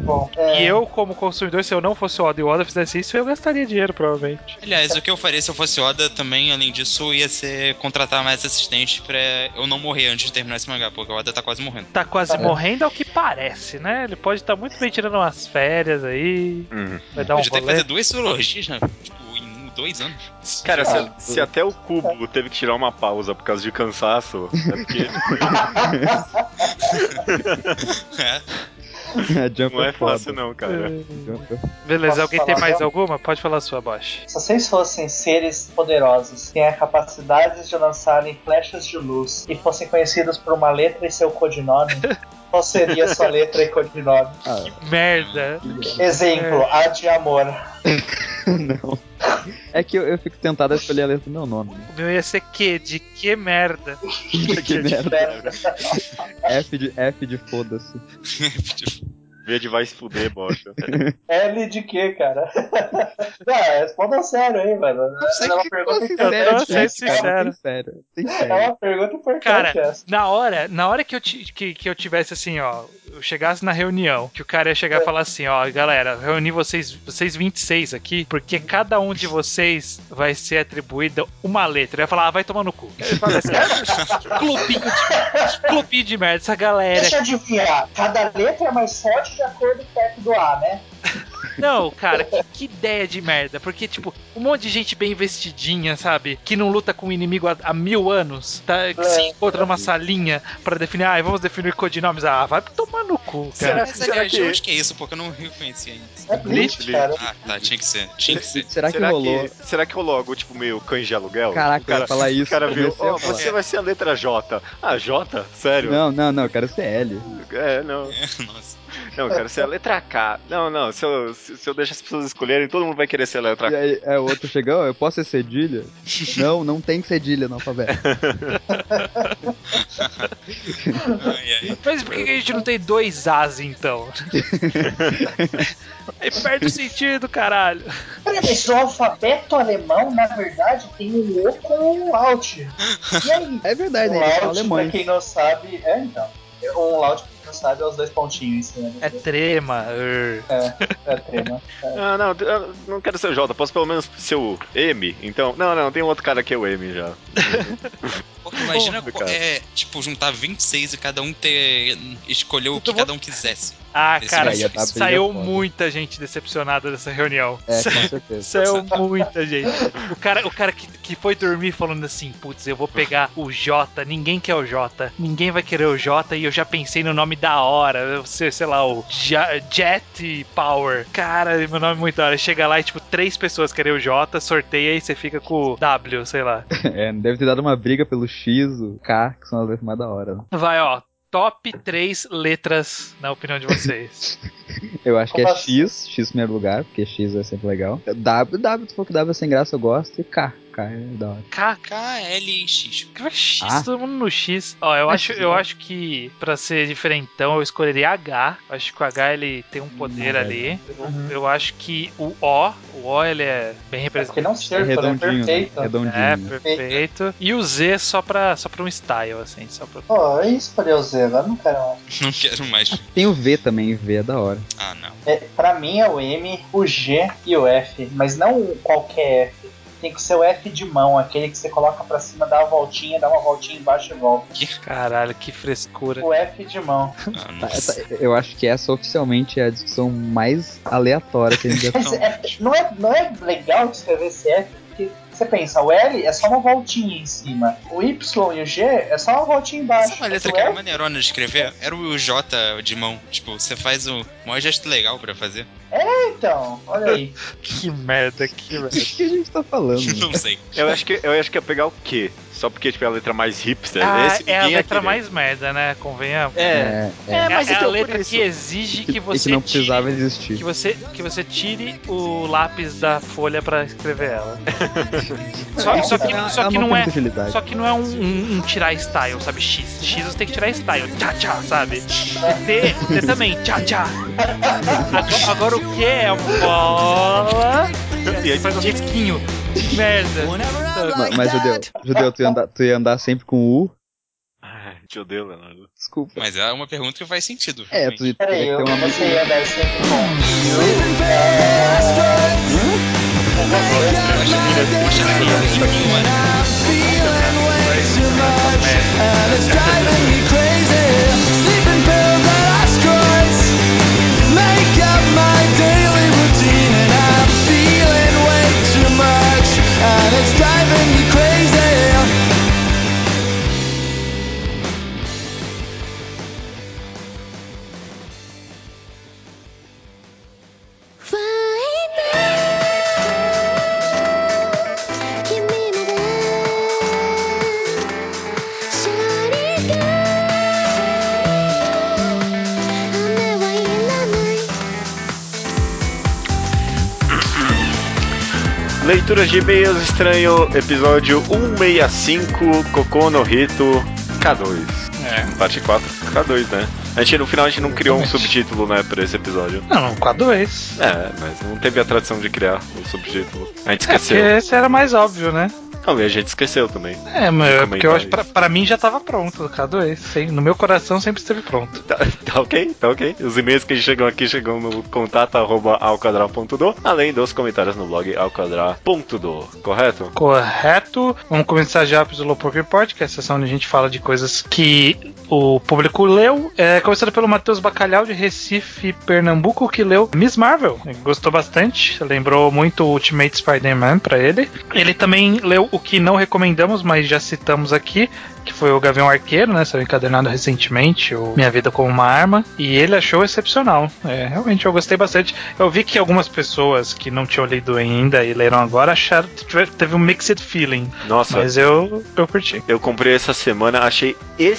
S5: Bom, é,
S1: E eu, como consumidor, se eu não fosse o Oda e o Oda fizesse isso, eu gastaria dinheiro, provavelmente.
S3: Aliás, o que eu faria se eu fosse Oda também, além disso, ia ser contratar mais assistente pra eu não morrer antes de terminar esse mangá, porque o Oda tá quase morrendo.
S1: Tá quase
S5: É.
S1: morrendo ao que parece, né? Ele pode estar muito bem tirando umas férias aí,
S2: Hum.
S1: vai dar um
S3: Podia ter que fazer
S1: rolê.
S3: duas cirurgias, né? Tipo, em dois anos.
S2: Cara, se,
S5: Ah,
S2: se até o Cubo teve que tirar uma pausa por causa de cansaço, é porque
S3: É.
S4: a Jump
S2: não é
S4: foda.
S2: fácil, não, cara.
S4: Jump é
S1: Beleza,
S5: Posso
S1: alguém tem
S5: falar
S1: mais
S5: agora?
S1: alguma? Pode falar a sua, Bosch.
S5: Se vocês fossem seres poderosos, que têm a capacidade de lançarem flechas de luz e fossem conhecidos por uma letra e seu codinome, qual seria a sua letra e codinome?
S4: Ah,
S1: Merda.
S5: Exemplo, A de amor.
S4: não. É que eu, eu fico tentado a escolher a letra do meu nome. né?
S1: O meu ia ser que? De que merda?
S4: que merda.
S5: Merda.
S4: F de, F de foda-se.
S2: Vê de vai se fuder, bosta.
S5: É, L de quê, cara? Não, é, responda sério aí, mano.
S4: sei
S5: É uma
S4: que
S5: pergunta
S4: fosse
S5: importante. né?
S1: Eu tô sendo
S4: Gente,
S1: sincero.
S4: cara, Sincero. Sincero.
S5: É uma pergunta importante
S1: Cara,
S5: essa.
S1: Na hora, na hora que eu, ti- que, que eu tivesse assim, ó, eu chegasse na reunião, que o cara ia chegar e falar assim, ó, galera, reuni vocês, vocês 26 aqui, porque cada um de vocês vai ser atribuída uma letra. Eu ia falar, ah, vai tomar no cu. Eu ia falar assim, "Ah, clubinho de, clubinho de merda, essa galera.
S5: Deixa eu adivinhar. Cada letra é mais forte de acordo com o perto do A, né?
S1: Não, cara, que, que ideia de merda. Porque, tipo, um monte de gente bem vestidinha, sabe? Que não luta com o inimigo há, há mil anos, tá? Que se
S5: É.
S1: encontra numa salinha pra definir, ah, vamos definir codinomes. Ah, vai tomar no cu, cara.
S2: Será-
S3: Mas
S2: será
S3: aliás,
S2: que-
S3: eu acho que é isso, porque eu não reconheci ainda.
S5: É Bleach,
S2: Bleach,
S5: cara.
S3: Ah, tá, tinha que ser. Tinha que ser.
S4: Será que rolou?
S2: será que rolou algo, tipo, meio cães de aluguel?
S4: Caraca,
S2: O
S4: eu ia falar
S2: O
S4: isso.
S2: cara viu,
S4: comecei a
S2: ó,
S4: falar.
S2: você vai ser a letra J. Ah, J? Sério?
S4: Não, não, não, eu quero ser L.
S2: É, não.
S3: É, Nossa.
S2: Não, cara, se é a letra K. Não, não, se eu, se se eu deixo as pessoas escolherem, todo mundo vai querer ser a letra
S4: E
S2: K.
S4: aí, é, o outro chegou, eu posso ser cedilha? não, não tem cedilha no alfabeto.
S3: Ai, ai.
S1: Mas por que que a gente não tem dois As então? Aí perde o sentido, caralho.
S5: Peraí, mas o alfabeto alemão, na verdade, tem um o O com o Alt. E aí?
S4: É verdade,
S5: um
S4: né? Eles são
S5: Alt, pra
S4: alemães.
S5: quem não sabe, é então. Um Alt, pra quem não sabe, é os dois pontinhos, né?
S1: É trema. er.
S5: É trema.
S2: Ah, não, eu não quero ser o J, posso pelo menos ser o M? Então, não, não, tem um outro cara que é o M já.
S3: Porque imagina
S2: Porra,
S3: co-
S2: cara.
S3: é, tipo, juntar 26 e cada um ter. escolher o que
S1: Então
S3: cada um quisesse.
S1: Ah,
S3: Esse
S1: cara,
S3: daí ia
S4: dar briga
S1: saiu
S4: é foda.
S1: muita gente decepcionada dessa reunião.
S4: É, com certeza.
S1: Saiu muita gente. O cara, o cara que, que foi dormir falando assim: putz, eu vou pegar o Jota, ninguém quer o Jota, ninguém vai querer o Jota, e eu já pensei no nome da hora, eu sei, sei lá, o Ja- Jet Power. Cara, meu nome é muito da hora. Chega lá e, tipo, três pessoas querem o Jota, sorteia e você fica com o W, sei lá.
S4: É, deve ter dado uma briga pelo X, o K, que são as letras mais da hora. né?
S1: Vai, ó. Top três letras, na opinião de vocês.
S4: Eu acho que é
S5: Como
S4: X, X em primeiro lugar, porque X é sempre legal. W, W, tu falou que W é sem graça, eu gosto, e K. K é da hora.
S1: K,
S3: K, L e X.
S1: Como é que é X?
S4: Ah.
S1: Todo mundo no X. Ó, eu
S4: É
S1: acho,
S4: X,
S1: eu
S4: né?
S1: acho que pra ser diferentão eu escolheria H. Acho que o H ele tem um poder
S4: Não,
S1: ali.
S5: Uhum.
S1: Eu acho que o O, o O ele é bem
S5: É porque
S1: representado.
S5: não
S4: É
S5: certo, né?
S4: redondinho, né?
S5: Perfeito.
S4: Redondinho.
S1: É,
S4: né?
S1: perfeito. E o Z só pra, só pra um style, assim. Só pra...
S5: Pô, eu ia escolher o Z, agora não quero um. mais.
S3: Não quero mais.
S4: Tem o V também, V é da hora.
S3: Ah, não.
S5: É, pra mim é o M, o G e o F, mas não o qualquer F. Tem que ser o F de mão, aquele que você coloca pra cima, dá uma voltinha, dá uma voltinha embaixo e volta.
S1: Caralho, que frescura.
S5: O F de mão.
S3: Ah,
S4: Tá,
S3: nossa.
S4: essa- eu acho que essa oficialmente é a discussão mais aleatória que a gente já
S5: Mas é- não, é, não é legal de escrever esse F, porque Você pensa, o L é só uma voltinha em cima. O Y e o G é só uma voltinha embaixo.
S3: Sabe uma letra
S5: Mas o
S3: que era
S5: L
S3: maneirona de escrever? Era o J de mão. Tipo, você faz o maior gesto legal pra fazer.
S5: então, olha aí.
S1: Que merda, que
S4: O que a gente tá falando?
S3: Não sei.
S2: Eu acho que eu acho que ia pegar o quê? Só porque tipo, é a letra mais hipster.
S1: Ah,
S2: Esse
S1: é a
S2: ninguém ia
S1: letra
S2: querer.
S1: mais merda, né? Convenhamos.
S2: É.
S4: é.
S2: É, mas
S1: é a
S2: então por
S1: letra
S2: isso.
S1: que exige que
S4: e
S1: você
S4: que não
S1: tire-
S4: precisava
S1: que
S4: existir.
S1: você que você tire o lápis da folha pra escrever ela. só,
S5: É,
S1: só
S5: cara,
S1: que, só
S4: ela
S1: que
S4: não
S1: não
S4: tem
S1: é
S4: muita utilidade.
S1: só que não é um, um- um tirar style, sabe? X, X você tem que tirar style. Tchá, tchá, sabe? T, T também, tchá, tchá. Agora, agora o que é uma bola?
S2: E aí,
S1: Faz um risquinho. Merda.
S4: Ma- Mas, judeu, judeu tu, ia andar, tu ia andar sempre com o U?
S2: Ai, né? te odeio, Leonardo.
S4: Desculpa.
S3: Mas é uma pergunta que faz sentido.
S4: É,
S3: realmente.
S4: tu tu
S5: Peraí,
S4: teria
S5: eu
S4: que ter uma
S5: você ia dar sempre com.
S3: Eu acho que- eu acho que não tem nenhuma.
S2: Leituras de e-mails estranho, episódio 165, Cocô no Rito, K2.
S1: É.
S2: Parte 4, K2, né? A gente, no final a gente não criou um subtítulo, né, pra esse episódio.
S1: Não, com a 2.
S2: É, mas não teve a tradição de criar o subtítulo. A gente
S1: É, porque
S2: esqueceu.
S1: esse era mais óbvio, né?
S2: Não, e a gente esqueceu também.
S1: É, mas é
S2: Comentar
S1: porque eu acho que pra,
S2: isso.
S1: pra mim já tava pronto, K2. Sim, no meu coração sempre esteve pronto.
S2: Tá, tá ok, tá ok. Os e-mails que chegam aqui chegam no contato arroba alquadra.do, além dos comentários no blog alquadra.do, correto?
S1: Correto. Vamos começar já pelo Low Poker Report, que é a sessão onde a gente fala de coisas que o público leu. É, começando pelo Matheus Bacalhau, de Recife, Pernambuco, que leu Miss Marvel. Gostou bastante, lembrou muito o Ultimate Spider-Man pra ele. Ele também leu o que não recomendamos, mas já citamos aqui, que foi o Gavião Arqueiro, né? Saiu encadernado recentemente, o Minha Vida como uma Arma. E ele achou excepcional. É, realmente eu gostei bastante. Eu vi que algumas pessoas que não tinham lido ainda e leram agora acharam tiver- teve um mixed feeling.
S2: Nossa,
S1: Mas eu, eu curti.
S2: eu comprei essa semana, achei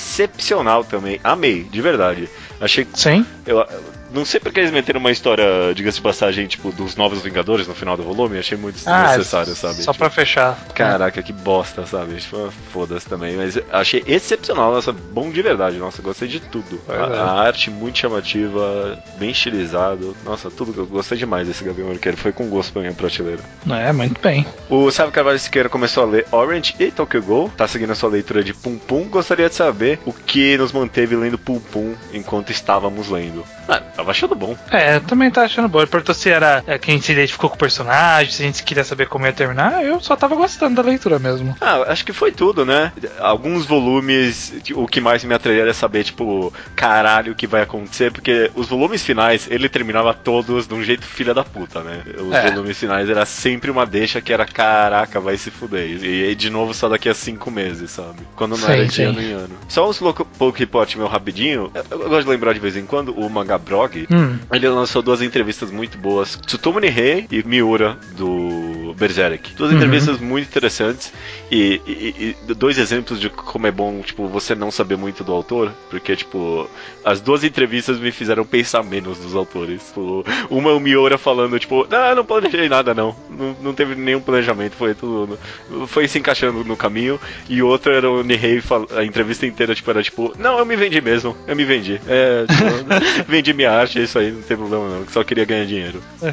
S2: excepcional também. Amei, de verdade. Achei.
S1: Sim.
S2: Eu, eu não sei porque eles meteram uma história, diga-se de passagem, tipo, dos Novos Vingadores no final do volume. Achei muito desnecessário, sabe?
S1: Ah, Só
S2: Tipo,
S1: pra fechar.
S2: Caraca, que bosta, sabe? Tipo, Foda-se também. Mas achei excepcional, nossa, bom de verdade. Nossa, gostei de tudo. A,
S1: Pois é.
S2: a arte muito chamativa, bem estilizado. Nossa, tudo. Eu gostei demais desse Gavião Arqueiro. Foi com gosto pra minha prateleira.
S1: É, muito bem.
S2: O Sábio Carvalho Siqueira começou a ler Orange e Tokyo Ghoul. Tá seguindo a sua leitura de Pum Pum. Gostaria de saber o que nos manteve lendo Pum Pum enquanto estávamos lendo. Ah, tava achando bom.
S1: É, eu também tá achando boa. Ele perguntou se era é, quem se identificou com o personagem, se a gente queria saber como ia terminar. Eu só tava gostando da leitura mesmo.
S2: Ah, acho que foi tudo, né? Alguns volumes, o que mais me atraía era saber, tipo, caralho, o que vai acontecer, porque os volumes finais, ele terminava todos de um jeito filha da puta, né? Os
S1: É.
S2: volumes finais era sempre uma deixa que era, caraca, vai se fuder. E, e de novo só daqui a cinco meses, sabe? Quando não
S1: Sim,
S2: era de
S1: sim.
S2: ano em ano. Só os Loco- Poke Report, meu rapidinho, eu, eu gosto de lembrar de vez em quando, o Manga Brog,
S1: Hum,
S2: ele lançou duas entrevistas muito boas. Tsutomu Nihei e Miura, do Berserk. Duas
S1: Uhum.
S2: entrevistas muito interessantes e, e- e dois exemplos de como é bom, tipo, você não saber muito do autor. Porque, tipo, as duas entrevistas me fizeram pensar menos dos autores. Tipo, uma é o Miura falando, tipo, ah, não planejei nada, não. Não, não teve nenhum planejamento, foi tudo... Foi se encaixando no caminho. E outra era o Nihei, fal- a entrevista inteira, tipo, era tipo, não, eu me vendi mesmo, eu me vendi. É, tipo, vendi minha arte, é isso aí, não tem problema não, só queria ganhar dinheiro.
S1: é,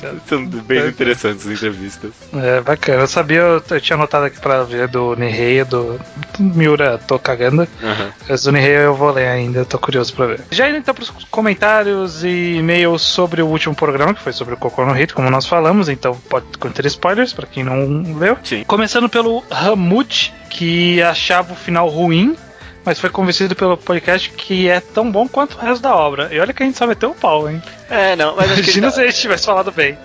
S1: tá.
S2: São bem interessantes as entrevistas.
S1: É, bacana. Eu sabia, eu, eu tinha anotado aqui pra ver do Nihei, do Miura, tô cagando. Mas do Nihei eu vou ler ainda, eu tô curioso pra ver. Já indo então pros comentários e e-mails sobre o último programa, que foi sobre o Cocô no Rito, como nós falamos, então pode conter spoilers pra quem não leu.
S2: Sim.
S1: Começando pelo Ramut, que achava o final ruim.
S6: mas foi convencido pelo podcast que é tão bom quanto o resto da obra. E olha que a gente só meteu o pau, hein?
S2: É, não, mas acho que
S6: Imagina se a gente tivesse falado bem.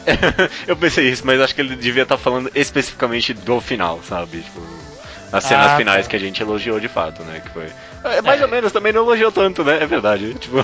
S2: Eu pensei isso, mas acho que ele devia estar falando especificamente do final, sabe? Tipo, as cenas
S6: Ah,
S2: finais que a gente elogiou de fato, né? Que foi. É, mais ou menos, também não elogiou tanto, né? É verdade. Tipo,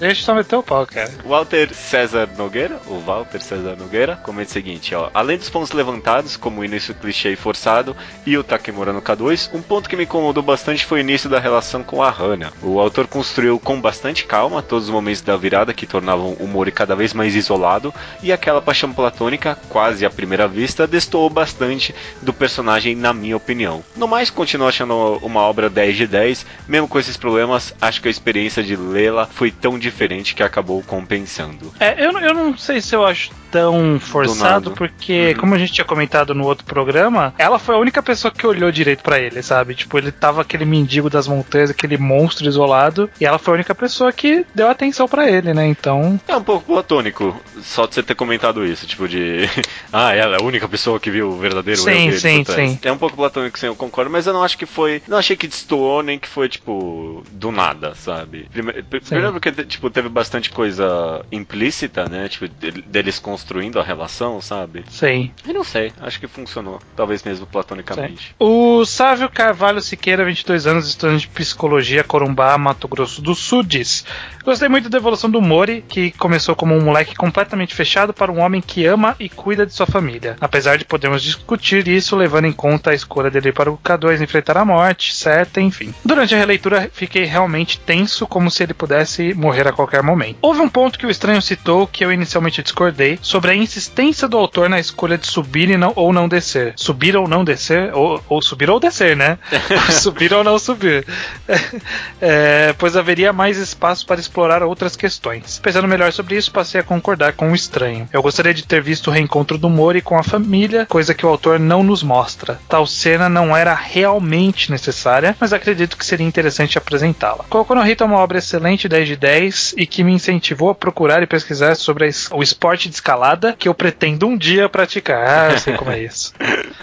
S6: A gente só meteu o pau, cara.
S2: Walter César Nogueira, o Walter César Nogueira, comenta o seguinte, ó. Além dos pontos levantados, como o início clichê e forçado, e o Takemura no K2, um ponto que me incomodou bastante foi o início da relação com a Hana. O autor construiu com bastante calma todos os momentos da virada que tornavam o Mori cada vez mais isolado, e aquela paixão platônica, quase à primeira vista, destoou bastante do personagem, na minha opinião. No mais, continuo achando uma obra 10 de 10, mesmo com esses problemas, acho que a experiência de lê-la foi tão diferente que acabou compensando.
S6: É, eu, não- eu não sei se eu acho tão forçado,
S2: nada.
S6: porque, como a gente tinha comentado no outro programa, ela foi a única pessoa que olhou direito pra ele, sabe? Tipo, ele tava aquele mendigo das montanhas, aquele monstro isolado, e ela foi a única pessoa que deu atenção pra ele, né? Então,
S2: É um pouco platônico, só de você ter comentado isso, tipo de. ah, ela é a única pessoa que viu o verdadeiro
S6: Sim,
S2: eu dele
S6: sim,
S2: por trás.
S6: sim.
S2: É um pouco platônico, sim, eu concordo, mas eu não acho que foi. Não achei que destoou nem que foi, tipo, do nada, sabe? Prime- pr- Primeiro porque, tipo, teve bastante coisa implícita, né? Tipo, del- deles construindo a relação, sabe?
S6: sim.
S2: Eu não sei, acho que funcionou. Talvez mesmo platonicamente.
S6: O Sávio Carvalho Siqueira, 22 anos, estudante de psicologia, Corumbá, Mato Grosso do Sul, diz: Gostei muito da evolução do Mori, que começou como um moleque completamente fechado para um homem que ama e cuida de sua família. Apesar de podermos discutir isso, levando em conta a escolha dele para o K2 enfrentar a morte, certa, enfim. Durante a releitura, fiquei realmente tenso, como se ele pudesse morrer a qualquer momento. Houve um ponto que o estranho citou que eu inicialmente discordei sobre a insistência do autor na escolha de subir e não, ou não descer. Subir ou não descer, ou, ou subir ou descer, né? subir ou não subir. É, pois haveria mais espaço para explorar outras questões. Pensando melhor sobre isso, passei a concordar com o estranho. Eu gostaria de ter visto o reencontro do Mori com a família, coisa que o autor não nos mostra. Tal cena não era realmente necessária, mas acredito que seria interessante apresentá-la. Coco no Rita é uma obra excelente, 10 de 10, e que me incentivou a procurar e pesquisar sobre a es- o esporte de escalada que eu pretendo um dia praticar. Ah, eu sei como é isso.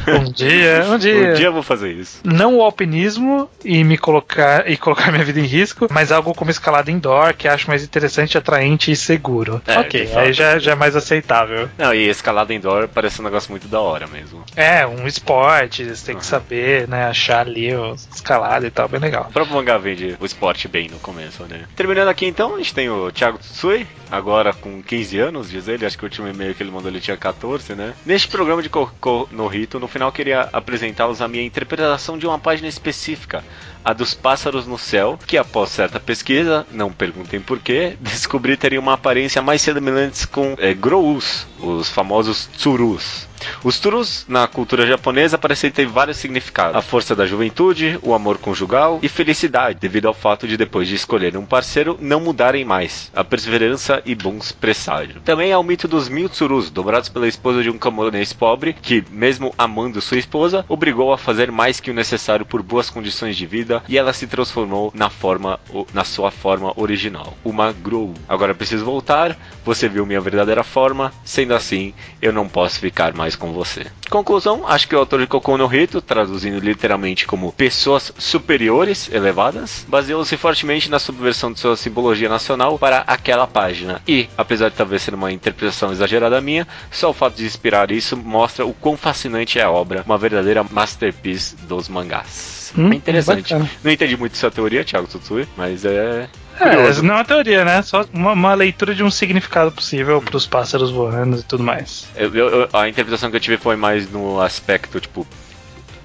S6: Um dia, um dia
S2: Um dia eu vou fazer isso.
S6: não o alpinismo e me colocar e colocar minha vida em risco, mas algo como escalada indoor que acho mais interessante, atraente e seguro.
S2: É, de
S6: ok,
S2: fato.
S6: aí já, já é mais aceitável.
S2: Não, e escalada indoor parece um negócio muito da hora mesmo.
S6: É, um esporte, você tem que
S2: Uhum.
S6: saber, né? Achar ali o escalada e tal, bem legal.
S2: O próprio mangá vende o esporte bem no começo, né? Terminando aqui então, a gente tem o Thiago Tsui, agora com 15 anos, diz ele, acho que o último e-mail que ele mandou ele tinha 14, né? Neste programa de Kokô no Rito, no final queria apresentá-los a minha interpretação de uma página específica, a dos pássaros no céu, que após certa pesquisa, não perguntem porquê, descobri terem uma aparência mais semelhante com eh, Grous, os famosos Tsurus. Os Tsurus, na cultura japonesa, parecem ter vários significados. A força da juventude, o amor conjugal e felicidade, devido ao fato de depois de escolher um parceiro, não mudarem mais. A perseverança e bons presságios. Também há o mito dos mil Tsurus, dobrados pela esposa de um camponês pobre, que, mesmo amando sua esposa, obrigou a fazer mais que o necessário por boas condições de vida e ela se transformou na forma o- na sua forma original, uma Grow. Agora preciso voltar, você viu minha verdadeira forma, sendo assim, eu não posso ficar mais com você. Conclusão, acho que o autor de Cocô no Rito, traduzindo literalmente como pessoas superiores, elevadas, baseou-se fortemente na subversão de sua simbologia nacional para aquela página. E, apesar de talvez ser uma interpretação exagerada minha, só o fato de inspirar isso mostra o quão fascinante é a obra, uma verdadeira masterpiece dos mangás.
S6: Hum,
S2: é interessante.
S6: bacana.
S2: Não entendi muito essa teoria, Thiago Tutsui, mas é.
S6: É,
S2: Curioso.
S6: não é uma teoria, né? Só uma, uma leitura de um significado possível pros pássaros voando e tudo mais.
S2: eu- eu- a interpretação que eu tive foi mais no aspecto, tipo,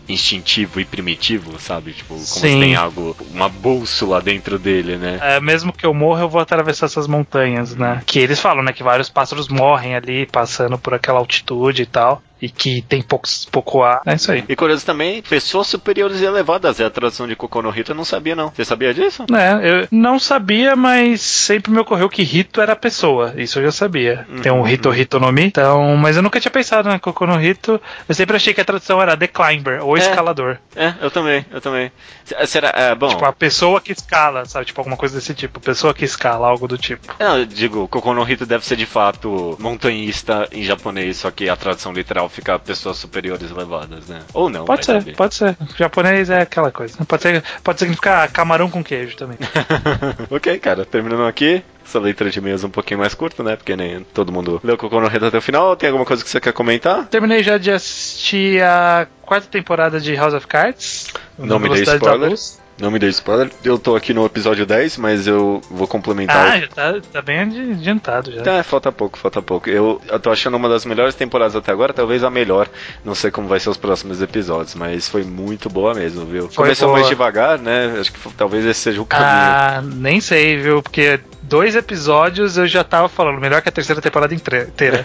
S2: instintivo e primitivo, sabe? Tipo, como
S6: Sim.
S2: se tem algo, uma bússola dentro dele, né?
S6: É, mesmo que eu morra, eu vou atravessar essas montanhas, né? Que eles falam, né? Que vários pássaros morrem ali, passando por aquela altitude e tal. E que tem poucos, pouco ar. É isso aí.
S2: E curioso também, pessoas superiores e elevadas é a tradução de Kokono Hito, eu não sabia não. Você sabia disso?
S6: É, eu não sabia, mas sempre me ocorreu que Rito era pessoa. Isso eu já sabia.
S2: Uhum,
S6: Tem um Rito Rito no Mi. Então, mas eu nunca tinha pensado na Coco no Rito. Eu sempre achei que a tradução era The Climber ou
S2: É.
S6: escalador.
S2: É, eu também, eu também. Se- Será, é, bom,
S6: Tipo, a pessoa que escala, sabe? Tipo, alguma coisa desse tipo. Pessoa que escala, algo do tipo.
S2: não, eu digo, Kokono Hito deve ser de fato montanhista em japonês, só que a tradução literal ficar pessoas superiores levadas, né? Ou não,
S1: Pode
S2: vai
S1: ser,
S2: saber.
S1: pode ser. Japonês é aquela coisa. Pode, ser, pode significar camarão com queijo também.
S2: ok, cara, terminando aqui. Essa leitura de meias um pouquinho mais curta, né? Porque nem todo mundo leu Cocô no Reto até o final. Tem alguma coisa que você quer comentar?
S1: Terminei já de assistir a quarta temporada de House of Cards.
S2: Não me dê
S1: Velocidade da
S2: spoiler.
S1: Luz.
S2: Não me dei spoiler. Eu tô aqui no episódio 10, mas eu vou complementar.
S1: Ah, então. já tá, tá bem adi- adiantado já.
S2: Tá, falta pouco, falta pouco. Eu, eu tô achando uma das melhores temporadas até agora, talvez a melhor. Não sei como vai ser os próximos episódios, mas foi muito boa mesmo, viu?
S1: Foi
S2: Começou
S1: boa.
S2: mais devagar, né? Acho que f- talvez esse seja o caminho.
S1: Ah, nem sei, viu? Porque dois episódios eu já tava falando, melhor que a terceira temporada entre- inteira.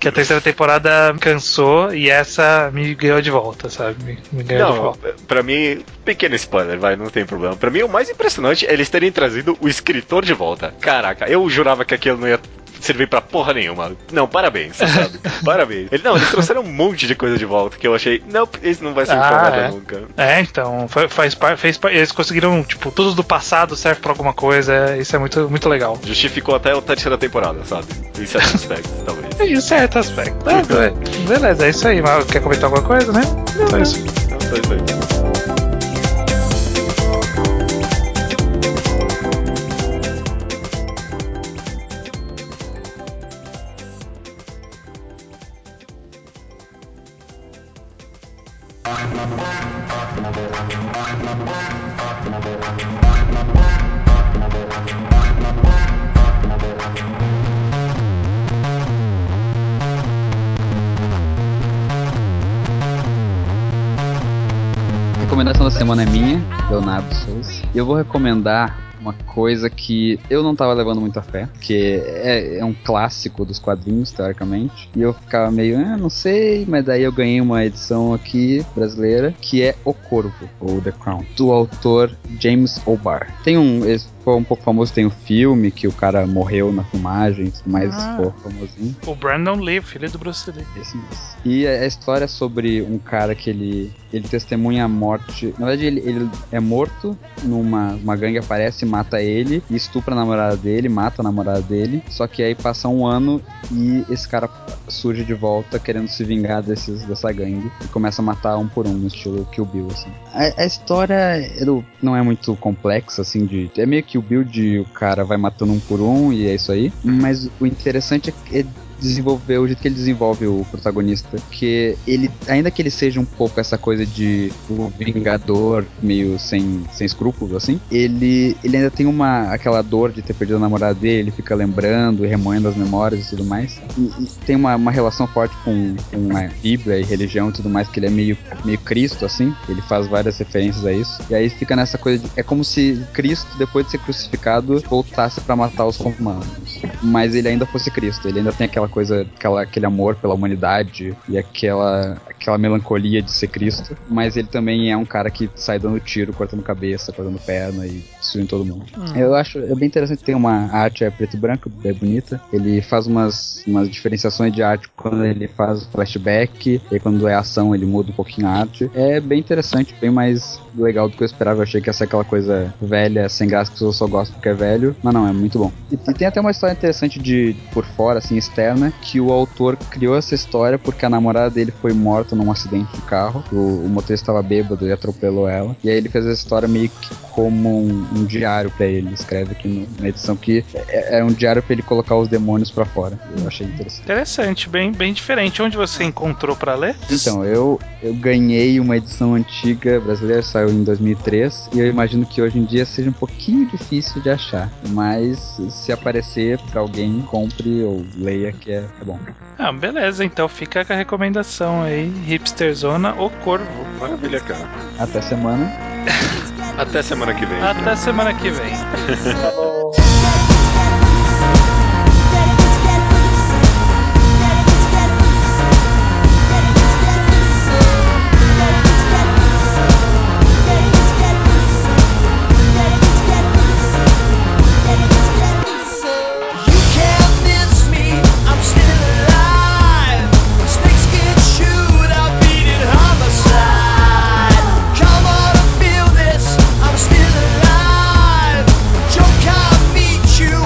S1: que a terceira temporada me cansou e essa me ganhou de volta, sabe? Me, me ganhou de
S2: Não,
S1: volta.
S2: pra mim, pequeno spoiler, vai, não tem problema. Pra mim, o mais impressionante é eles terem trazido o escritor de volta. Caraca, eu jurava que aquilo não ia servir pra porra nenhuma. Não, parabéns, sabe? parabéns. Ele, não, eles trouxeram um monte de coisa de volta que eu achei, não, isso não vai servir pra
S1: Ah,
S2: nada
S1: é.
S2: nunca.
S1: É, então, fa- faz par, fez par, eles conseguiram, tipo, tudo do passado serve pra alguma coisa, isso é muito, muito legal.
S2: Justificou até a terceira temporada, sabe? Em certos aspectos, talvez.
S1: Em certo aspecto. É Tá, tá. Beleza, é isso aí. Mas Quer comentar alguma coisa, né? Só isso.
S2: Então, só isso aí.
S4: Recomendação da semana é minha, Leonardo Souza. E eu vou recomendar uma coisa que eu não tava levando muito a fé, que é, é um clássico dos quadrinhos, teoricamente. E eu ficava meio, ah, não sei, mas daí eu ganhei uma edição aqui brasileira, que é O Corvo, ou The Crown, do autor James O'Barr. Tem um. Ele ficou um pouco famoso, tem o filme que o cara morreu na filmagem, e tudo mais
S1: Ah.
S4: ficou famosinho.
S1: O Brandon Lee, filho do Bruce Lee.
S4: Esse mesmo. E a a história é sobre um cara que ele, ele testemunha a morte. Na verdade, ele, ele é morto numa uma gangue aparece, mata ele, e estupra a namorada dele, mata a namorada dele. Só que aí passa um ano e esse cara surge de volta querendo se vingar desses, dessa gangue e começa a matar um por um, no estilo Kill Bill, assim. A, a história é do- não é muito complexa, assim, de. É meio Kill Bill de o cara vai matando um por um e é isso aí. Mas o interessante é que- é desenvolver o jeito que ele desenvolve o protagonista, porque ele, ainda que ele seja um pouco essa coisa de o vingador meio sem, sem escrúpulos assim, ele, ele ainda tem uma aquela dor de ter perdido a namorada dele, ele fica lembrando e remoendo as memórias e tudo mais. E, e tem uma, uma relação forte com, com a Bíblia e religião e tudo mais, que ele é meio, meio Cristo assim, ele faz várias referências a isso. E aí fica nessa coisa de, é como se Cristo depois de ser crucificado voltasse pra matar os romanos mas ele ainda fosse Cristo. Ele ainda tem aquela coisa, aquela, aquele amor pela humanidade e aquela, aquela melancolia de ser Cristo. Mas ele também é um cara que sai dando tiro, cortando cabeça, cortando perna e destruindo todo mundo. Eu acho é bem interessante. Tem uma a arte é preto e branco, é bonita. Ele faz umas, umas diferenciações de arte quando ele faz o flashback e quando é ação ele muda um pouquinho a arte. É bem interessante, bem mais legal do que eu esperava. Eu achei que ia ser aquela coisa velha, sem graça, que as pessoas só gostam porque é velho. Mas não, é muito bom. E, e tem até uma história interessante de por fora, assim, externa, que o autor criou essa história porque a namorada dele foi morta num acidente de carro. O, o motorista estava bêbado e atropelou ela. E aí ele fez essa história meio que como um, um diário pra ele. Ele Escreve aqui no- na edição que é, é um diário pra ele colocar os demônios pra fora. Eu achei interessante.
S1: Interessante, bem, bem diferente. Onde você encontrou pra ler?
S4: Então, eu, eu ganhei uma edição antiga brasileira, saiu em 2003, e eu imagino que hoje em dia seja um pouquinho difícil de achar, mas se aparecer pra alguém, compre ou leia que é, é bom.
S1: Ah, beleza, então fica com a recomendação aí, Hipster Zona O Corvo.
S2: Maravilha, cara.
S4: Até semana.
S2: Até semana que vem.
S1: Até semana que vem.
S5: Falou.
S7: You can't miss me, I'm still alive. Snakes can shoot, I'll beat it homicide. Come on and feel this, I'm still alive. Joke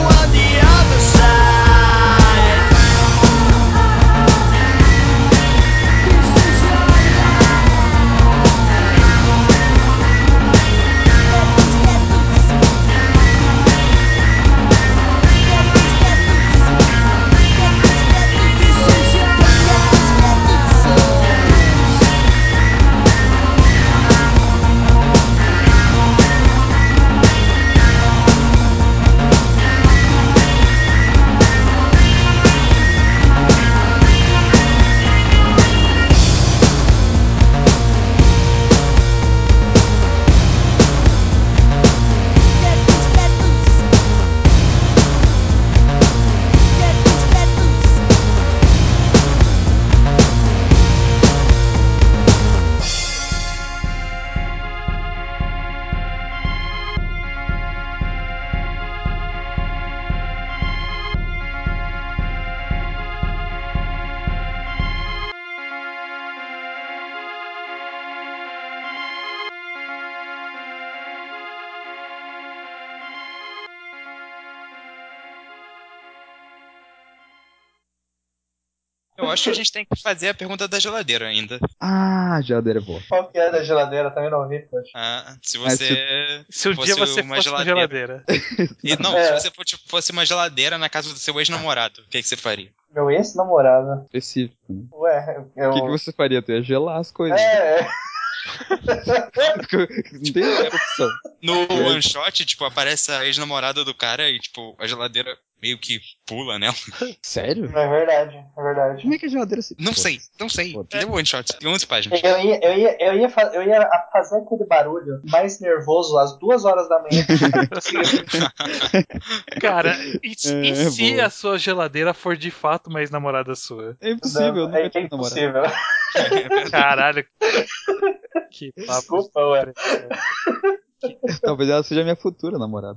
S3: Eu acho que a gente tem que fazer a pergunta da geladeira ainda.
S4: Ah, geladeira é boa.
S5: Qual que é da geladeira? Também não vi, poxa.
S3: Ah, se
S4: Mas
S3: você.
S1: Se um
S3: Fosse
S1: dia você
S3: uma
S1: fosse uma geladeira.
S3: E não,
S5: É.
S3: se você fo- tipo, fosse uma geladeira na casa do seu ex-namorado, o que, que você faria?
S5: Meu ex-namorado.
S4: Específico. né?
S5: Ué, eu.
S4: O que, que você faria? Tu ia gelar as coisas.
S5: É, é.
S4: Não tem outra opção.
S3: No one shot, tipo, aparece a ex-namorada do cara e, tipo, a geladeira meio que pula nela.
S4: Sério?
S5: é verdade, é verdade.
S4: Como é que a geladeira se.
S3: Não
S4: Pô,
S3: sei, não sei.
S4: Pô,
S3: Lê o one shot, tem 11 páginas.
S5: Eu ia, eu, ia, eu, ia fa- eu ia a- fazer aquele barulho mais nervoso às duas horas da manhã.
S1: Cara, e,
S4: É,
S1: e se
S4: boa.
S1: a sua geladeira for de fato uma ex-namorada sua?
S4: É impossível, eu
S5: é,
S4: nunca
S5: é
S4: tive namorado.
S5: impossível.
S1: Caralho. Que papo.
S5: Desculpa, ué.
S4: Talvez ela seja minha futura namorada.